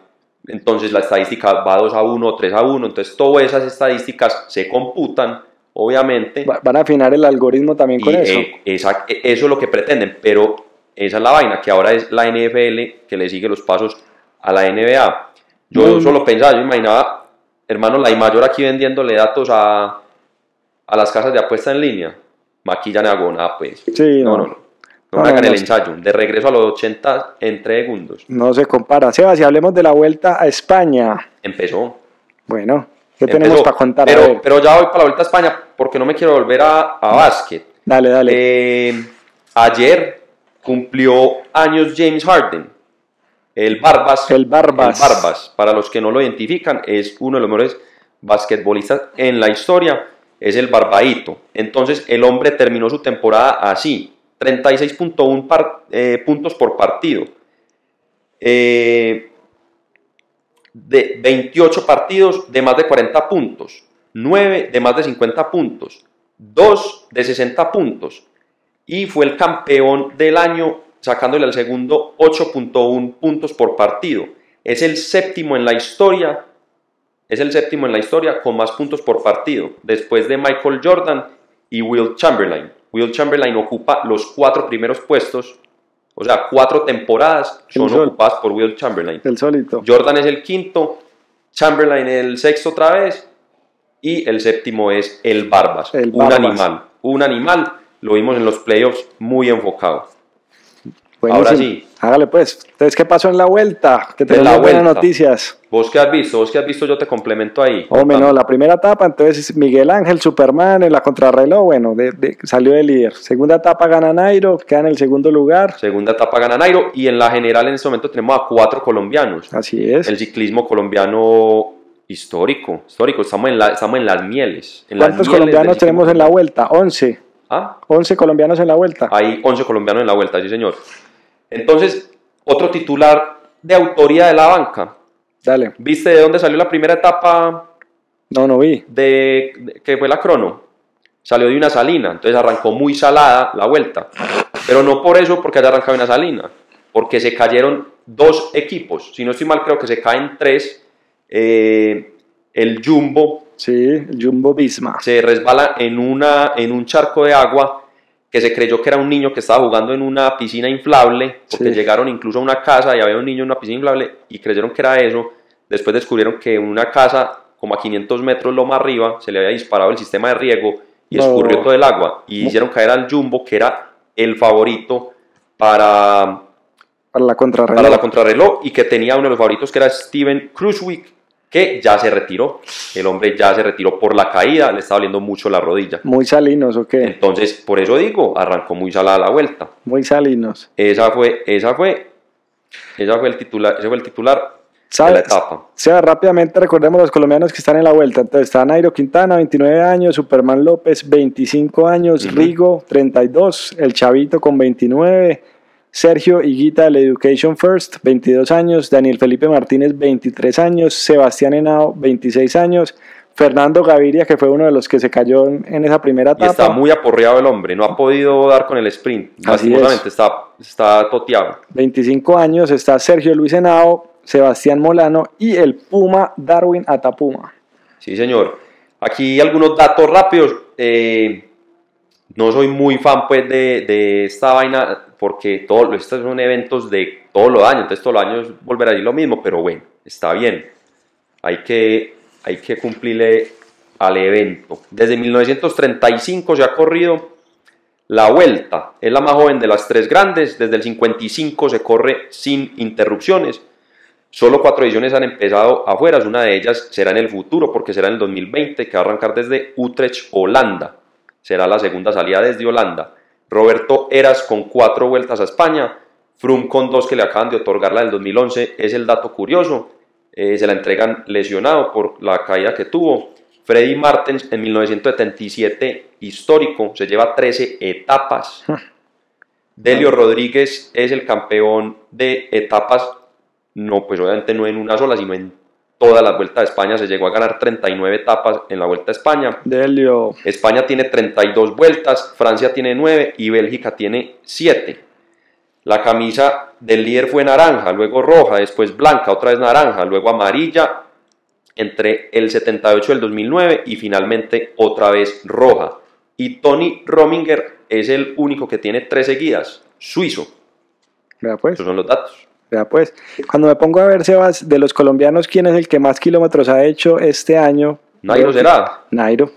Entonces la estadística va 2 a 1, 3 a 1, entonces todas esas estadísticas se computan, obviamente.
va- van a afinar el algoritmo también con
Y,
eso.
eh, esa- eh, eso es lo que pretenden, pero esa es la vaina, que ahora es la NFL que le sigue los pasos a la NBA. Yo
Mm.
solo pensaba, yo imaginaba, hermano, la mayor aquí vendiéndole datos a, a las casas de apuesta en línea. Maquillan a Goná, pues.
Sí, no.
no, no, no. No me
No,
hagan
no,
el
no.
ensayo. De regreso a los 80 entre segundos.
No se compara. Sebas, y hablemos de la vuelta a España.
Empezó.
Bueno, ¿qué
empezó.
tenemos para contar? A
Pero,
ver,
pero ya voy para la vuelta a España porque no me quiero volver a, a básquet.
dale, dale.
Eh, ayer cumplió años James Harden. El Barbas.
El Barbas.
El Barbas. Para los que no lo identifican, es uno de los mejores basquetbolistas en la historia. Es el Barbaito. Entonces, el hombre terminó su temporada así: 36.1 par- eh, puntos por partido. Eh, de 28 partidos de más de 40 puntos, 9 de más de 50 puntos, 2 de 60 puntos y fue el campeón del año sacándole al segundo 8.1 puntos por partido. Es el séptimo en la historia, es el séptimo en la historia con más puntos por partido, después de Michael Jordan y Will Chamberlain. Will Chamberlain ocupa los cuatro primeros puestos, o sea, cuatro temporadas son
El sol.
ocupadas por Will Chamberlain.
el solito.
Jordan es el quinto, Chamberlain el sexto otra vez y el séptimo es el Barbas,
El
un
Barbas.
animal, un animal, lo vimos en los playoffs muy enfocado.
Buenísimo.
ahora sí.
Hágale pues. Entonces, ¿qué pasó en la vuelta? Que
De
tenemos
la
buenas
vuelta.
noticias.
Vos que has visto, vos que has visto yo te complemento ahí.
Hombre, no,
Contame.
la primera etapa, entonces Miguel Ángel, Superman, en la contrarreloj, bueno, de- de- salió de líder. Segunda etapa gana Nairo, queda en el segundo lugar.
Segunda etapa gana Nairo y en la general en este momento tenemos a cuatro colombianos.
Así es.
El ciclismo colombiano histórico, histórico, estamos en, la, estamos en las mieles. en las
¿Cuántos
mieles del
colombianos
ciclismo
tenemos en la
colombiano.
vuelta? 11.
¿Ah?
11 colombianos en la vuelta.
Hay 11 colombianos en la vuelta, sí señor. Entonces, otro titular de autoría de la banca.
Dale.
¿Viste de dónde salió la primera etapa
No, no vi.
de, de- que fue la crono? Salió de una salina, entonces arrancó muy salada la vuelta. Pero no por eso porque haya arrancado una salina, porque se cayeron dos equipos. Si no estoy mal, creo que se caen tres. Eh, el Jumbo
Sí, el Jumbo Visma.
se resbala en, una, en un charco de agua que se creyó que era un niño que estaba jugando en una piscina inflable, porque
Sí.
llegaron incluso a una casa y había un niño en una piscina inflable y creyeron que era eso. Después descubrieron que en una casa, como a 500 metros loma arriba, se le había disparado el sistema de riego y
No.
escurrió todo el agua. Y hicieron caer al Jumbo, que era el favorito para,
Para la contrarreloj.
para la contrarreloj y que tenía uno de los favoritos que era Steven Cruzwick, que ya se retiró. El hombre ya se retiró por la caída, le estaba doliendo mucho la rodilla.
Muy salinos, ¿o qué?
Entonces, por eso digo, arrancó muy salada la vuelta.
Muy salinos.
Esa fue, esa fue, esa fue el titular, ese fue el titular de la
¿Sabes?
etapa.
Sea, rápidamente recordemos los colombianos que están en la vuelta. Entonces está Nairo Quintana, 29 años, Superman López, 25 años,
Ujú.
Rigo, 32, el Chavito con 29, Sergio Higuita del Education First, 22 años, Daniel Felipe Martínez, 23 años, Sebastián Henao, 26 años, Fernando Gaviria, que fue uno de los que se cayó en, en esa primera
Y
etapa.
está muy aporreado el hombre, no ha podido dar con el sprint.
Así
Lastimosamente está, está toteado.
25 años, está Sergio Luis Henao, Sebastián Molano y el Puma Darwin Atapuma.
Sí, señor. Aquí algunos datos rápidos. Eh, no soy muy fan pues de, de esta vaina porque todo, estos son eventos de todos los años, entonces todos los años volverá a ir lo mismo, pero bueno, está bien. Hay que, hay que cumplirle al evento. Desde 1935 se ha corrido la vuelta. Es la más joven de las tres grandes. Desde el 55 se corre sin interrupciones. Solo cuatro ediciones han empezado afuera, una de ellas será en el futuro porque será en el 2020 que va a arrancar desde Utrecht, Holanda. Será la segunda salida desde Holanda. Roberto Eras con cuatro vueltas a España, Frum con dos que le acaban de otorgar la del 2011, es el dato curioso, Eh, se la entregan lesionado por la caída que tuvo. Freddy Martens en 1977, histórico, se lleva 13 etapas. Delio Rodríguez es el campeón de etapas, no, pues obviamente no en una sola, sino en toda la Vuelta de España. Se llegó a ganar 39 etapas en la Vuelta a España.
Delio,
España tiene 32 vueltas, Francia tiene 9 y Bélgica tiene 7. La camisa del líder fue naranja, luego roja, después blanca, otra vez naranja, luego amarilla, entre el 78 y el 2009 y finalmente otra vez roja. Y Tony Rominger es el único que tiene tres seguidas, suizo.
vea pues.
Esos son los datos.
Vea pues, cuando me pongo a ver, Sebas, de los colombianos, ¿quién es el que más kilómetros ha hecho este año?
Nairo será.
Nairo,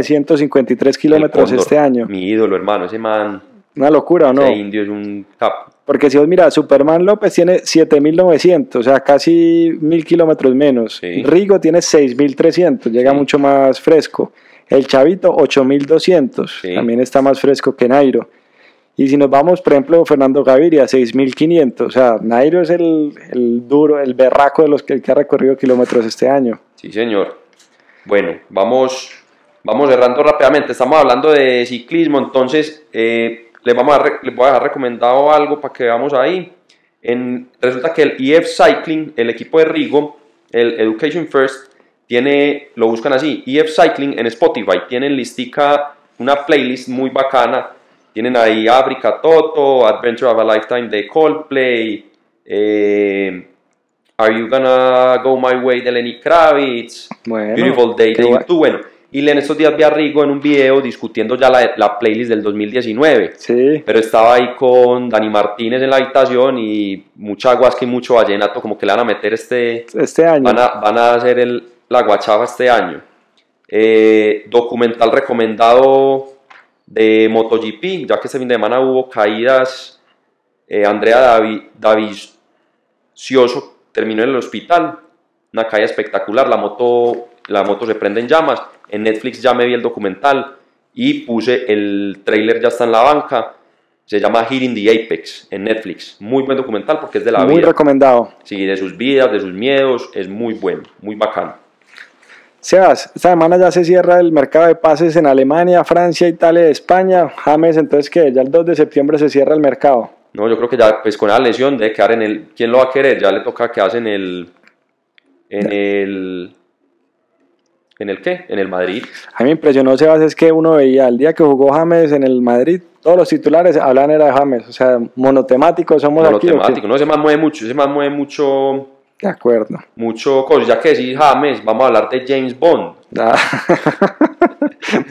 8.953 kilómetros
El Cóndor,
este año.
Mi ídolo, hermano, ese man,
Una locura, ¿o no?
ese indio es un capo.
Porque si vos mira, Superman López tiene 7.900, o sea, casi 1.000 kilómetros menos.
Sí.
Rigo tiene 6.300, llega
Sí.
mucho más fresco. El Chavito, 8.200,
Sí.
también está más fresco que Nairo. Y si nos vamos, por ejemplo, Fernando Gaviria, 6.500. O sea, Nairo es el, el duro, el berraco de los que, el que ha recorrido kilómetros este año.
Sí, señor. Bueno, vamos, vamos cerrando rápidamente. Estamos hablando de ciclismo, entonces eh, les, vamos a re- les voy a dejar recomendado algo para que veamos ahí. En- resulta que el EF Cycling, el equipo de Rigo, el Education First, tiene, lo buscan así, EF Cycling en Spotify, tienen listica, una playlist muy bacana. Tienen ahí África Toto, Adventure of a Lifetime de Coldplay, eh, Are You Gonna Go My Way de Lenny Kravitz,
Bueno,
Beautiful Day
qué
de
guay.
YouTube. Bueno, y en estos días vi a Rigo en un video discutiendo ya la, la playlist del 2019.
Sí,
Pero estaba ahí con Dani Martínez en la habitación y mucha guasca y mucho vallenato, como que le van a meter este,
este año.
van a, van a hacer el, la guachava este año. Eh, documental recomendado de MotoGP, ya que este fin de semana hubo caídas. Eh, Andrea Davi, Davicioso terminó en el hospital. Una caída espectacular. La moto, la moto se prende en llamas. En Netflix ya me vi el documental y puse el trailer, ya está en la banca. Se llama Hitting the Apex en Netflix. Muy buen documental porque es de la
Muy
vida.
recomendado.
Sí, de sus vidas, de sus miedos, es muy bueno, muy bacano.
Sebas, esta semana ya se cierra el mercado de pases en Alemania, Francia, Italia y España. James, entonces que ya el 2 de septiembre se cierra el mercado.
No, yo creo que ya, pues con la lesión debe quedar en el. ¿Quién lo va a querer? Ya le toca que en el. En el. ¿En el qué? En el Madrid.
A mí me impresionó Sebas es que uno veía el día que jugó James en el Madrid, todos los titulares hablan era de James, o sea, monotemáticos somos
Con lo
aquí. ¿o qué?
temático. No, ese más mueve mucho, ese más mueve mucho.
De acuerdo.
Mucho cosa. Ya que decís James, vamos a hablar de James Bond.
Da-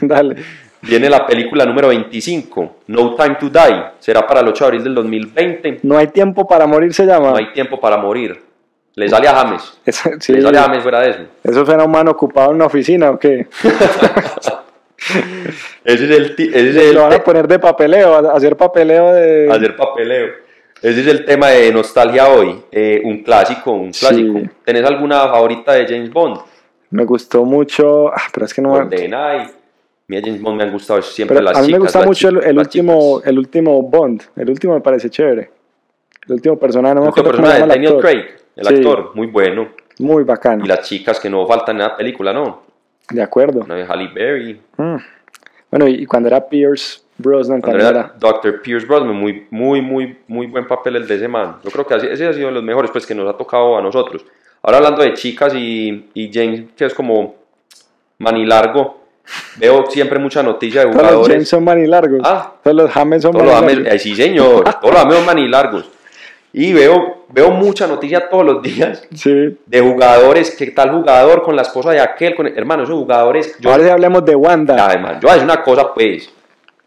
<laughs> Dale.
Viene la película número 25, No Time to Die. Será para el 8 de abril del 2020.
No hay tiempo para morir se llama.
No hay tiempo para morir. Le sale a James.
Eso, sí,
Le sale a James fuera de eso.
eso suena a un man ocupado en una oficina o qué.
Ese es el. ti- Ese es <laughs> el
Lo van a poner de papeleo, a- a hacer papeleo de...
hacer papeleo. Ese es el tema de nostalgia hoy, eh, un clásico, un
Sí.
clásico. ¿Tenés alguna favorita de James Bond?
Me gustó mucho, ah, pero es que no me...
GoldenEye. Mira, James Bond me han gustado siempre
Pero
las
a mí
chicas.
me gusta
las
mucho el,
chicas,
el
las
último,
chicas.
el último Bond. El último me parece chévere. El último personaje, no me
El último
acuerdo cómo se
personaje,
llama el
Daniel
actor.
Craig, el
Sí.
actor, muy bueno.
Muy bacano.
Y las chicas que no faltan en la película, ¿no?
De acuerdo.
Una de Halle Berry.
Mm. Bueno, y y cuando era Pierce, Brosnan
Cuando
también
era
era.
Dr. Pierce Brosnan, muy, muy, muy, muy buen papel el de ese man. Yo creo que así- ese ha sido de los mejores pues, que nos ha tocado a nosotros. Ahora hablando de chicas y, y James, que es como manilargo, veo siempre mucha noticia de
Todos los
jugadores.
James son manilargos.
Ah.
todos los James son
Todos los
manilargos.
ames- eh, sí, señor. Todos los ames son largos. Y veo, veo mucha noticia todos los días
Sí.
de jugadores, que tal jugador con la esposa de aquel, con hermano, esos jugadores. Yo,
Ahora sí hablemos de Wanda.
además, yo voy a decir una cosa, pues.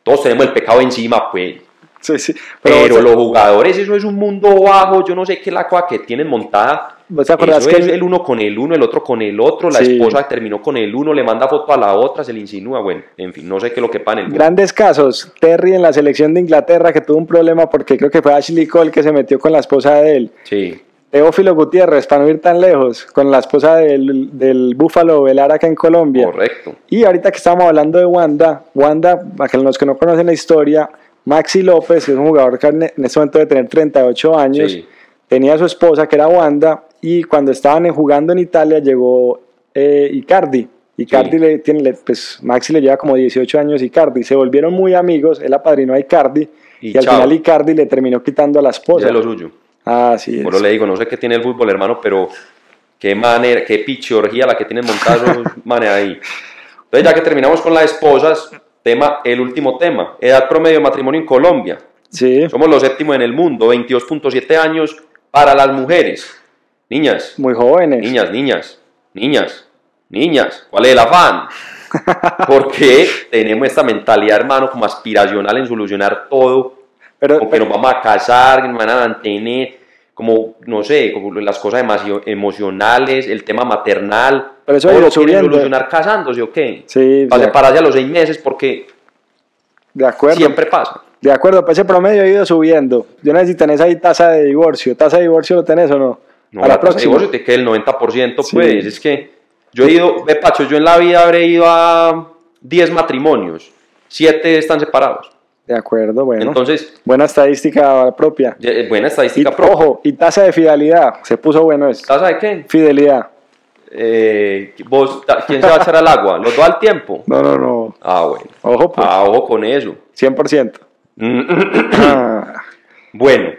Todos tenemos el pecado encima, pues.
Sí, sí.
Pero,
vos-
los jugadores, eso es un mundo bajo. Yo no sé qué es la cosa que tienen montada.
¿Vos te acordás
Eso
que
es
el-
el uno con el uno, el otro con el otro? La
Sí.
esposa terminó con el uno, le manda foto a la otra, se le insinúa. Bueno, en fin, no sé qué es lo que pasa en el mundo.
Grandes casos. Terry en la selección de Inglaterra que tuvo un problema porque creo que fue Ashley Cole que se metió con la esposa de él.
Sí.
Teófilo Gutiérrez, para no ir tan lejos, con la esposa del, del Búfalo Velara acá en Colombia.
Correcto.
Y ahorita que estamos hablando de Wanda, Wanda, para los que no conocen la historia, Maxi López, que es un jugador que en este momento debe tener 38 años,
Sí.
tenía a su esposa que era Wanda, y cuando estaban en- jugando en Italia llegó eh, Icardi. Icardi
Sí.
le tiene, le- pues Maxi le lleva como 18 años Icardi, se volvieron muy amigos, él apadrinó a Icardi, y,
Y
al
chao.
final Icardi le terminó quitando a la
Ese
esposa.
es lo suyo.
Ah, sí.
Por lo le digo, no sé qué tiene el fútbol, hermano, pero qué manera, qué pichorgía la que tienen montada
<laughs>
esos manes ahí. Entonces, ya que terminamos con las esposas, tema, el último tema, edad promedio de matrimonio en Colombia.
Sí,
Somos los séptimos en el mundo, 22.7 años para las mujeres. Niñas,
muy jóvenes.
niñas, niñas, niñas, niñas, ¿cuál es
<laughs>
el afán? Porque tenemos esta mentalidad, hermano, como aspiracional en solucionar todo
Pero, eh,
o que nos vamos a casar, que nos van a mantener, como, no sé, como las cosas emasi- emocionales, el tema maternal.
Pero eso ha
todo
ido
lo quieren
subiendo.
solucionar casándose, ¿o qué?
sí,
Para
de,
separarse a los seis meses, porque
de acuerdo.
siempre pasa.
De acuerdo, pues ese promedio ha ido subiendo. Yo no sé si tenés ahí tasa de divorcio. ¿Tasa de divorcio lo tenés o no?
No,
Para
la tasa de divorcio te queda el 90%,
Sí.
pues, es que yo he ido, ve Pacho, yo en la vida habré ido a 10 matrimonios, 7 están separados.
De acuerdo, bueno.
Entonces,
Buena estadística propia.
ya- eh, buena
Y,
estadística propia.
ojo, y tasa de fidelidad. Se puso bueno esto.
¿Tasa de qué?
Fidelidad.
Eh, vos, ta- ¿Quién se va a echar al agua? ¿Los dos al tiempo?
No, no, no.
Ah, bueno.
Ojo, pues.
Ah, ojo con eso.
100%. Ah,
bueno,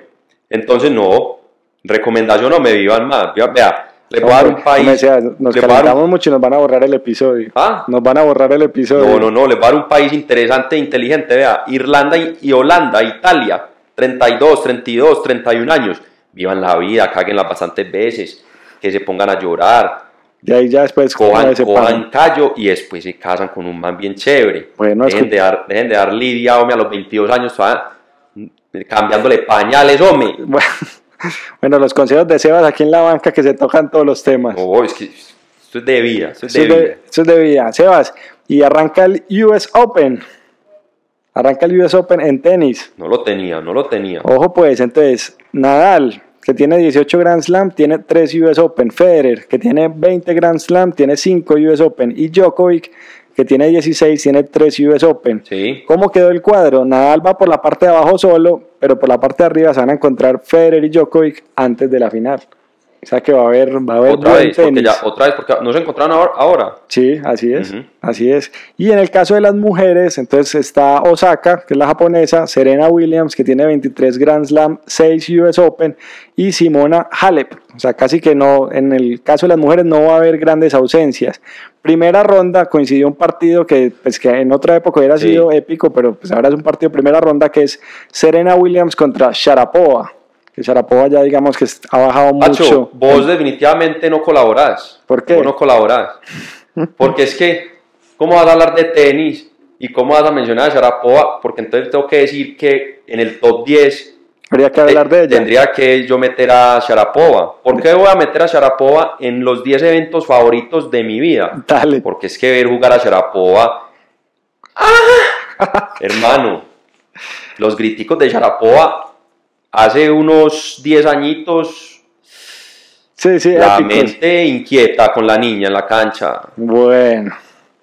entonces no. Recomendación no me vivan más. Vea, vea, le voy a dar
hombre,
un país.
Ah, no me seas- nos
le voy a dar un-
calentamos mucho y nos van a borrar el episodio.
¿Ah?
Nos van a borrar el episodio.
No, no, no, les va a dar un país interesante e inteligente, vea, Irlanda y, y Holanda, Italia, 32, 32, 31 años, vivan la vida, cáguenla bastantes veces, que se pongan a llorar,
Y ahí ya después.
cojan,
se
cojan callo y después se casan con un man bien chévere.
Bueno, es
dejen,
que-
de dar, dejen de dar lidia, hombre, a los 22 años, ah, cambiándole pañales, hombre.
Bueno, <laughs> bueno, los consejos de Sebas aquí en la banca que se tocan todos los temas.
No, es que esto es de vida, esto es
Eso es,
Oh, de
de,
vida.
eso es de vida. Sebas, y arranca el US Open. Arranca el US Open en tenis.
No lo tenía, no lo tenía.
Ojo pues, entonces, Nadal, que tiene 18 Grand Slam, tiene 3 US Open. Federer, que tiene 20 Grand Slam, tiene 5 US Open. Y Djokovic, que tiene 16, tiene 3 US Open.
Sí,
¿Cómo quedó el cuadro? Nadal va por la parte de abajo solo, pero por la parte de arriba se van a encontrar Federer y Djokovic antes de la final. O sea que va a haber, va a haber
otra
buen
vez, porque
tenis.
ya, otra vez, porque no se encontraron ahora. ahora.
Sí, así es,
Ujú.
así es. Y en el caso de las mujeres, entonces está Osaka, que es la japonesa, Serena Williams, que tiene 23 Grand Slam, 6 US Open, y Simona Halep. O sea, casi que no, en el caso de las mujeres no va a haber grandes ausencias. Primera ronda coincidió un partido que, pues, que en otra época hubiera
Sí.
sido épico, pero pues ahora es un partido de primera ronda que es Serena Williams contra Sharapova. Que Sharapova ya digamos que ha bajado
Pacho,
mucho.
vos definitivamente no colaborás.
¿Por qué?
Vos
<laughs>
no colaborás. Porque es que, ¿cómo vas a hablar de tenis? ¿Y cómo vas a mencionar a Sharapova? Porque entonces tengo que decir que en el top 10
Habría que hablar de
te-
ella.
tendría que yo meter a Sharapova. ¿Por qué voy a meter a Sharapova en los 10 eventos favoritos de mi vida?
Dale.
Porque es que ver jugar a Sharapova. ¡Ah! <laughs> Hermano, los críticos de Sharapova hace unos 10 añitos.
Sí, <laughs> sí,
La
épicos.
mente inquieta con la niña en la cancha.
Bueno,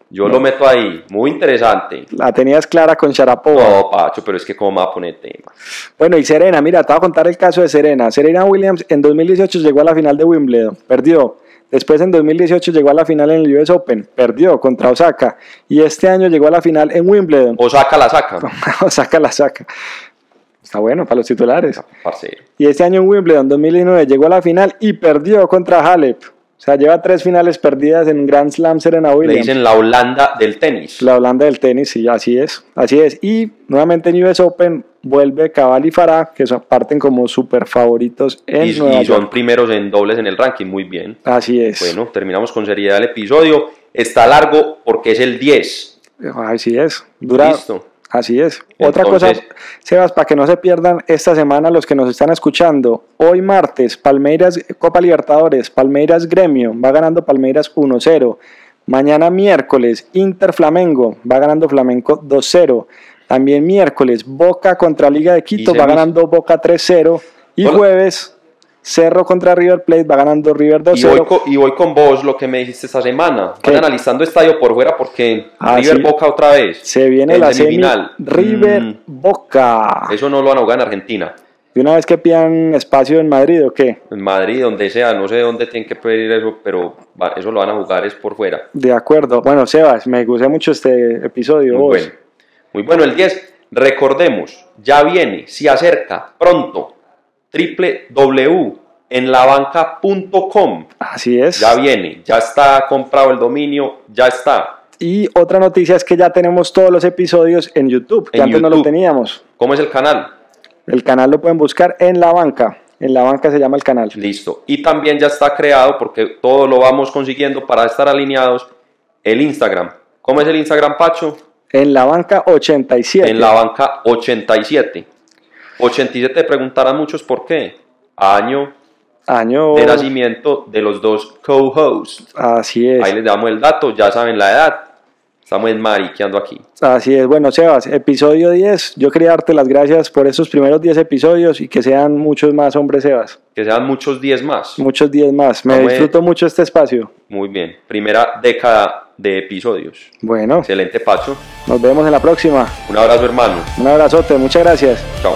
Yo lo meto ahí. Muy interesante.
la tenías clara con Sharapova.
No, Pacho, pero es que cómo va a poner tema.
Bueno, y Serena, mira, te voy a contar el caso de Serena. Serena Williams en 2018 llegó a la final de Wimbledon, perdió. Después en 2018 llegó a la final en el US Open, perdió contra Osaka y este año llegó a la final en Wimbledon. <laughs>
Osaka la saca.
Osaka la saca. Está bueno para los titulares.
Parcero.
Y este año en Wimbledon 2019 llegó a la final y perdió contra Halep. O sea, lleva tres finales perdidas en un Grand Slam Serena
Le
Williams.
dicen la Holanda del tenis.
La Holanda del tenis, sí, así es, así es. Y nuevamente en US Open vuelve Cabal y Farah, que son- parten como super favoritos en
Y,
Nueva
y son
York.
primeros en dobles en el ranking. Muy bien.
Así es.
Bueno, terminamos con seriedad el episodio. Está largo porque es el 10.
Así es. Dura.
Listo.
Así es. Otra cosa,
Entonces-
Sebas, para que no se pierdan esta semana los que nos están escuchando. Hoy martes, Palmeiras, Copa Libertadores, Palmeiras Gremio, va ganando Palmeiras 1-0. Mañana miércoles, Inter Flamengo, va ganando Flamengo 2-0. También miércoles, Boca contra Liga de Quito,
Y
va
semis.
ganando Boca 3-0. Y
Hola.
jueves, Cerro contra River Plate, va ganando River
Y voy,
2-0.
co- y voy con vos lo que me dijiste esta semana.
¿Qué?
Van analizando estadio por fuera porque
Ah,
River
sí.
Boca otra vez.
Se viene
El
la
semifinal.
semifinal. River
Mm.
Boca.
Eso no lo van a jugar en Argentina.
¿Y una vez que pidan espacio en Madrid o qué?
En Madrid, donde sea, no sé dónde tienen que pedir eso, pero va- eso lo van a jugar es por fuera.
De acuerdo. Bueno, Sebas, me gustó mucho este episodio.
Muy
vos.
bueno. Muy bueno, el 10. Recordemos, ya viene, se acerca pronto, www.enlabanca.com.
Así es.
Ya viene, ya está comprado el dominio, ya está.
Y otra noticia es que ya tenemos todos los episodios en YouTube, que
En
antes no lo
YouTube.
teníamos.
¿Cómo es el canal?
El canal lo pueden buscar en la banca. En la banca se llama el canal.
Listo. Y también ya está creado, porque todo lo vamos consiguiendo para estar alineados, el Instagram. ¿Cómo es el Instagram, Pacho?
En la banca 87.
En la banca 87. 87 te preguntarán muchos por qué. Año
Año.
de nacimiento de los dos co-hosts.
Así
Ahí
es.
les damos el dato, ya saben la edad. Estamos en mariqueando aquí.
Así es. Bueno, Sebas, episodio 10. Yo quería darte las gracias por estos primeros 10 episodios y que sean muchos más, hombre, Sebas.
Que sean muchos 10 más.
Muchos 10 más. Me
Hombre.
disfruto mucho este espacio.
Muy bien. Primera década de episodios.
Bueno,
Excelente, Pacho.
nos vemos en la próxima.
Un abrazo, hermano.
Un abrazote. Muchas gracias.
Chao.